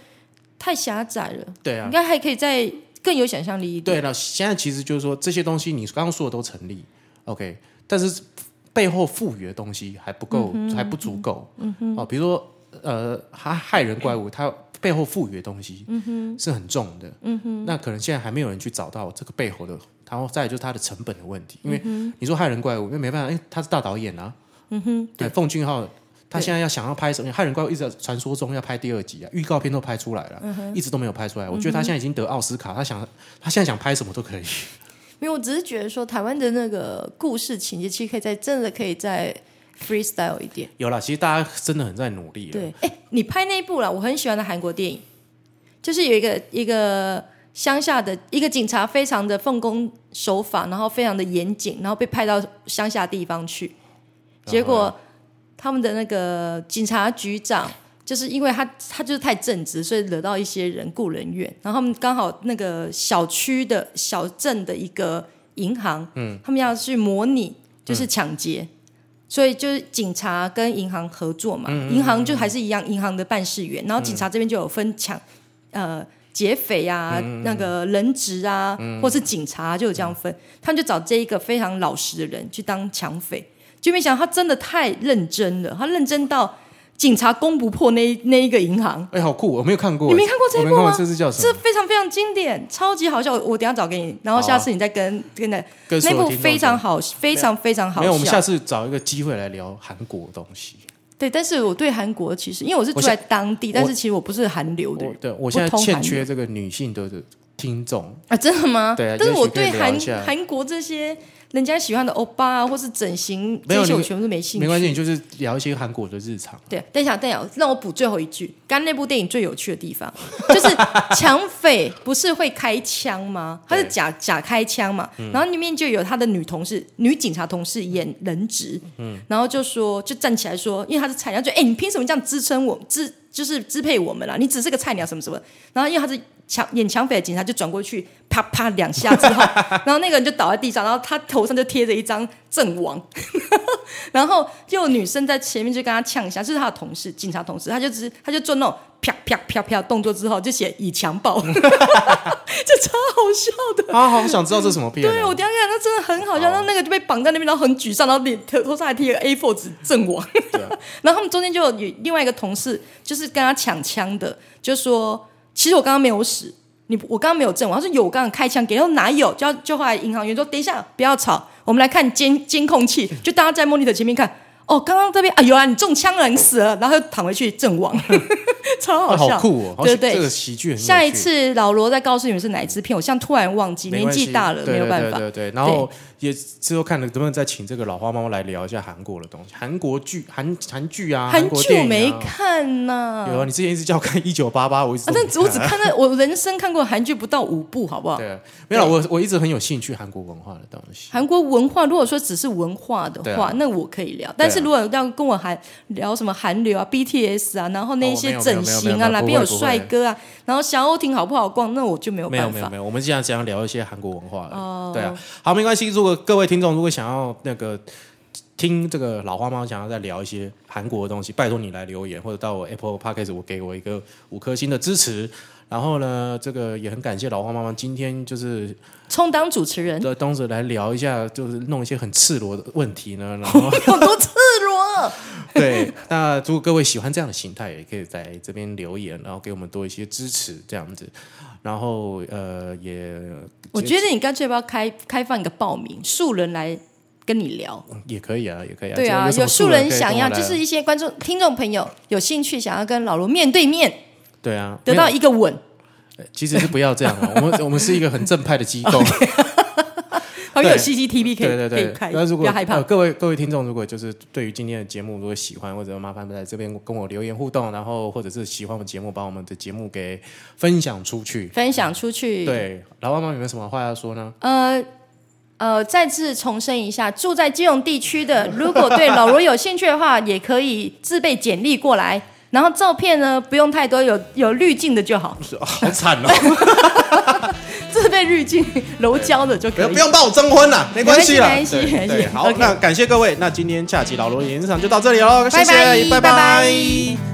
[SPEAKER 2] 太狭窄了，
[SPEAKER 1] 对啊
[SPEAKER 2] 应，该还可以再更有想象力一点。
[SPEAKER 1] 对了，现在其实就是说这些东西你刚刚说的都成立，OK，但是背后赋予的东西还不够，还不足够。嗯哼，哦，比如说呃，他害人怪物，他背后赋予的东西，嗯哼，是很重的。嗯哼，那可能现在还没有人去找到这个背后的，然后再来就是它的成本的问题，因为你说害人怪物，那没办法，因为他是大导演啊。嗯哼，对，奉俊昊。他现在要想要拍什么？害人怪物一直在传说中要拍第二集啊，预告片都拍出来了，一直都没有拍出来。我觉得他现在已经得奥斯卡，他想他现在想拍什么都可以。 [laughs]
[SPEAKER 2] 没有，我只是觉得说台湾的那个故事情节，其实可以再真的可以再 freestyle 一点。
[SPEAKER 1] 有啦，其实大家真的很在努力了。
[SPEAKER 2] 对，哎，你拍那一部啦，我很喜欢的韩国电影，就是有一个一个乡下的一个警察，非常的奉公守法，然后非常的严谨，然后被派到乡下地方去，结果他们的那个警察局长。就是因为他他就是太正直，所以惹到一些人故人怨。然后他们刚好那个小区的小镇的一个银行，嗯，他们要去模拟就是抢劫，所以就是警察跟银行合作嘛，
[SPEAKER 1] 嗯
[SPEAKER 2] 银行就还是一样，银行的办事员，然后警察这边就有分抢，
[SPEAKER 1] 嗯
[SPEAKER 2] 呃，劫匪啊，那个人质啊，
[SPEAKER 1] 嗯
[SPEAKER 2] 或是警察、就有这样分，他们就找这一个非常老实的人去当抢匪，就没想到他真的太认真了，他认真到警察攻不破那一那一个银行，
[SPEAKER 1] 哎、好酷！我没有看过，
[SPEAKER 2] 你没看过这一
[SPEAKER 1] 我没
[SPEAKER 2] 部
[SPEAKER 1] 看过
[SPEAKER 2] 吗
[SPEAKER 1] 这是叫什
[SPEAKER 2] 这
[SPEAKER 1] 么？
[SPEAKER 2] 非常非常经典，超级好笑，我等一下找给你，然后
[SPEAKER 1] 好啊
[SPEAKER 2] 下次你再跟跟那
[SPEAKER 1] 跟所
[SPEAKER 2] 那
[SPEAKER 1] 有
[SPEAKER 2] 部
[SPEAKER 1] 听众
[SPEAKER 2] 非常
[SPEAKER 1] 讲
[SPEAKER 2] 好，非常非常好
[SPEAKER 1] 没有，我们
[SPEAKER 2] 笑
[SPEAKER 1] 下。次找一个机会来聊韩国的东西。
[SPEAKER 2] 对，但是我对韩国其实，因为我是住在当地，但是其实我不是韩流的
[SPEAKER 1] 我
[SPEAKER 2] 人
[SPEAKER 1] 对我现在
[SPEAKER 2] 不通韩
[SPEAKER 1] 欠缺这个女性的听众，
[SPEAKER 2] 啊，真的吗？
[SPEAKER 1] 对啊
[SPEAKER 2] 但是我对
[SPEAKER 1] 也许可以
[SPEAKER 2] 韩
[SPEAKER 1] 聊一下
[SPEAKER 2] 韩国这些人家喜欢的欧巴啊，或是整形
[SPEAKER 1] 没有
[SPEAKER 2] 这些，
[SPEAKER 1] 你
[SPEAKER 2] 我全部都没兴趣。
[SPEAKER 1] 没关系，你就是聊一些韩国的日常。
[SPEAKER 2] 对，等一下，等一下，让我补最后一句。刚那部电影最有趣的地方，就是抢匪不是会开枪吗？他是
[SPEAKER 1] 对
[SPEAKER 2] 假假开枪嘛，然后里面就有他的女同事、女警察同事演人质，然后就说就站起来说，因为他是菜鸟，就哎、你凭什么这样支撑我支就是支配我们啦？啊你只是个菜鸟什么什么。然后因为他是抢演抢匪的警察，就转过去啪啪两下之后， [laughs] 然后那个人就倒在地上，然后他头上就贴着一张阵亡。然后就有女生在前面就跟他呛一下，就是他的同事，警察同事，他就只他就做那种啪啪啪啪的动作之后，就写以强暴，就超好笑的。
[SPEAKER 1] 啊，好想知道这是什么片、
[SPEAKER 2] 对，我
[SPEAKER 1] 啊。
[SPEAKER 2] 等一下看他真的很好笑，然后那个就被绑在那边，然后很沮丧，然后脸头头上还贴个 A4 纸阵亡。
[SPEAKER 1] 啊
[SPEAKER 2] [laughs] 然后他们中间就有另外一个同事，就是跟他抢枪的，就说其实我刚刚没有死。你我刚刚没有证，我他说有，我刚刚开枪给，他说哪有？就要就后来银行员说等一下不要吵，我们来看监监控器，就大家在 monitor 前面看。哦，刚刚这边啊，有啊，你中枪了，你死了，然后又躺回去阵
[SPEAKER 1] [laughs]
[SPEAKER 2] 亡，超
[SPEAKER 1] 哦
[SPEAKER 2] 好笑。
[SPEAKER 1] 好酷哦！好
[SPEAKER 2] 对对
[SPEAKER 1] 这个喜剧很有趣
[SPEAKER 2] 下一次老罗再告诉你们是哪一支片，我像突然忘记，
[SPEAKER 1] 没
[SPEAKER 2] 年
[SPEAKER 1] 关系
[SPEAKER 2] 纪大了
[SPEAKER 1] 对
[SPEAKER 2] 没有办法。
[SPEAKER 1] 对对对，然后也之后看能不能再请这个老花猫来聊一下韩国的东西，韩国剧、韩韩剧啊，韩
[SPEAKER 2] 很
[SPEAKER 1] 国
[SPEAKER 2] 久
[SPEAKER 1] 电
[SPEAKER 2] 没
[SPEAKER 1] 影啊。
[SPEAKER 2] 看呐、
[SPEAKER 1] 有啊，你之前一直叫我看一九八八，我一直
[SPEAKER 2] 啊，
[SPEAKER 1] 都
[SPEAKER 2] 但
[SPEAKER 1] 没
[SPEAKER 2] 只我只
[SPEAKER 1] 看
[SPEAKER 2] 看了我人生看过韩剧不到五部，好不好？
[SPEAKER 1] 对，没有我我一直很有兴趣韩国文化的东西。
[SPEAKER 2] 韩国文化，如果说只是文化的
[SPEAKER 1] 对
[SPEAKER 2] 话，
[SPEAKER 1] 啊
[SPEAKER 2] 那我可以聊。但是如果要跟我韩聊什么韩流啊、BTS 啊，然后那
[SPEAKER 1] 哦没
[SPEAKER 2] 些
[SPEAKER 1] 有
[SPEAKER 2] 整
[SPEAKER 1] 没有没有
[SPEAKER 2] 形
[SPEAKER 1] 没
[SPEAKER 2] 啊，
[SPEAKER 1] 有
[SPEAKER 2] 哪
[SPEAKER 1] 不
[SPEAKER 2] 边有
[SPEAKER 1] 会不会
[SPEAKER 2] 帅哥啊，然后小欧艇好不好逛，那我就没有
[SPEAKER 1] 没有
[SPEAKER 2] 办
[SPEAKER 1] 没有
[SPEAKER 2] 法哦
[SPEAKER 1] 没。有，我们现在只想聊一些韩国文化了。对啊，好，没关系。如果各位听众如果想要那个听这个老花猫想要再聊一些韩国的东西，拜托你来留言，或者到我 Apple Podcast 我给我一个五颗星的支持。然后呢，这个也很感谢老花妈妈今天就是
[SPEAKER 2] 充当主持 [laughs] 人，
[SPEAKER 1] 的东子来聊一下，就是弄一些很赤裸的问题呢。然后
[SPEAKER 2] 有多赤裸？
[SPEAKER 1] [laughs] 对，那如果各位喜欢这样的形态，也可以在这边留言，然后给我们多一些支持，这样子。然后呃，也
[SPEAKER 2] 我觉得你干脆要不要开开放一个报名，素人来跟你聊。
[SPEAKER 1] 也可以啊，也可以啊。
[SPEAKER 2] 对啊，
[SPEAKER 1] 只
[SPEAKER 2] 有
[SPEAKER 1] 要有什
[SPEAKER 2] 素
[SPEAKER 1] 么
[SPEAKER 2] 人
[SPEAKER 1] 可以
[SPEAKER 2] 想
[SPEAKER 1] 跟我
[SPEAKER 2] 要，
[SPEAKER 1] 来
[SPEAKER 2] 就是一些观众、听众朋友有兴趣想要跟老罗面对面，
[SPEAKER 1] 对啊，
[SPEAKER 2] 得
[SPEAKER 1] 没
[SPEAKER 2] 到
[SPEAKER 1] 有
[SPEAKER 2] 一个吻，
[SPEAKER 1] 其实是不要这样啊。我们我 [laughs] 们是一个很正派的机构，
[SPEAKER 2] 旁边有
[SPEAKER 1] 对
[SPEAKER 2] CCTV 可以可
[SPEAKER 1] 对 [laughs] 对对
[SPEAKER 2] 以开，。
[SPEAKER 1] 那如
[SPEAKER 2] 不
[SPEAKER 1] 果
[SPEAKER 2] 要害怕
[SPEAKER 1] 呃。各位各位听众，如果就是对于今天的节目如果喜欢，或者麻烦在这边跟我留言互动，然后或者是喜欢我们节目，把我们的节目给分享出去。
[SPEAKER 2] 分享出去。，
[SPEAKER 1] 对，老王妈有没有什么话要说呢？
[SPEAKER 2] 呃呃，再次重申一下，住在基隆地区
[SPEAKER 1] [laughs]
[SPEAKER 2] 的，如果对老罗有兴趣的话，也可以自备简历过来。然后照片呢，不用太多，有有滤镜的就好，
[SPEAKER 1] 好惨 [laughs] 哦！
[SPEAKER 2] 自备滤镜柔焦的就
[SPEAKER 1] 不
[SPEAKER 2] 可
[SPEAKER 1] 要
[SPEAKER 2] 以
[SPEAKER 1] 不。用把我征婚了，没关系了。
[SPEAKER 2] 没关系没关系没
[SPEAKER 1] 对对
[SPEAKER 2] 关系
[SPEAKER 1] 好
[SPEAKER 2] OK
[SPEAKER 1] 那感谢各位，那今天下集老罗演唱就到这里喽，谢
[SPEAKER 2] 拜拜
[SPEAKER 1] 谢，拜
[SPEAKER 2] 拜拜
[SPEAKER 1] 拜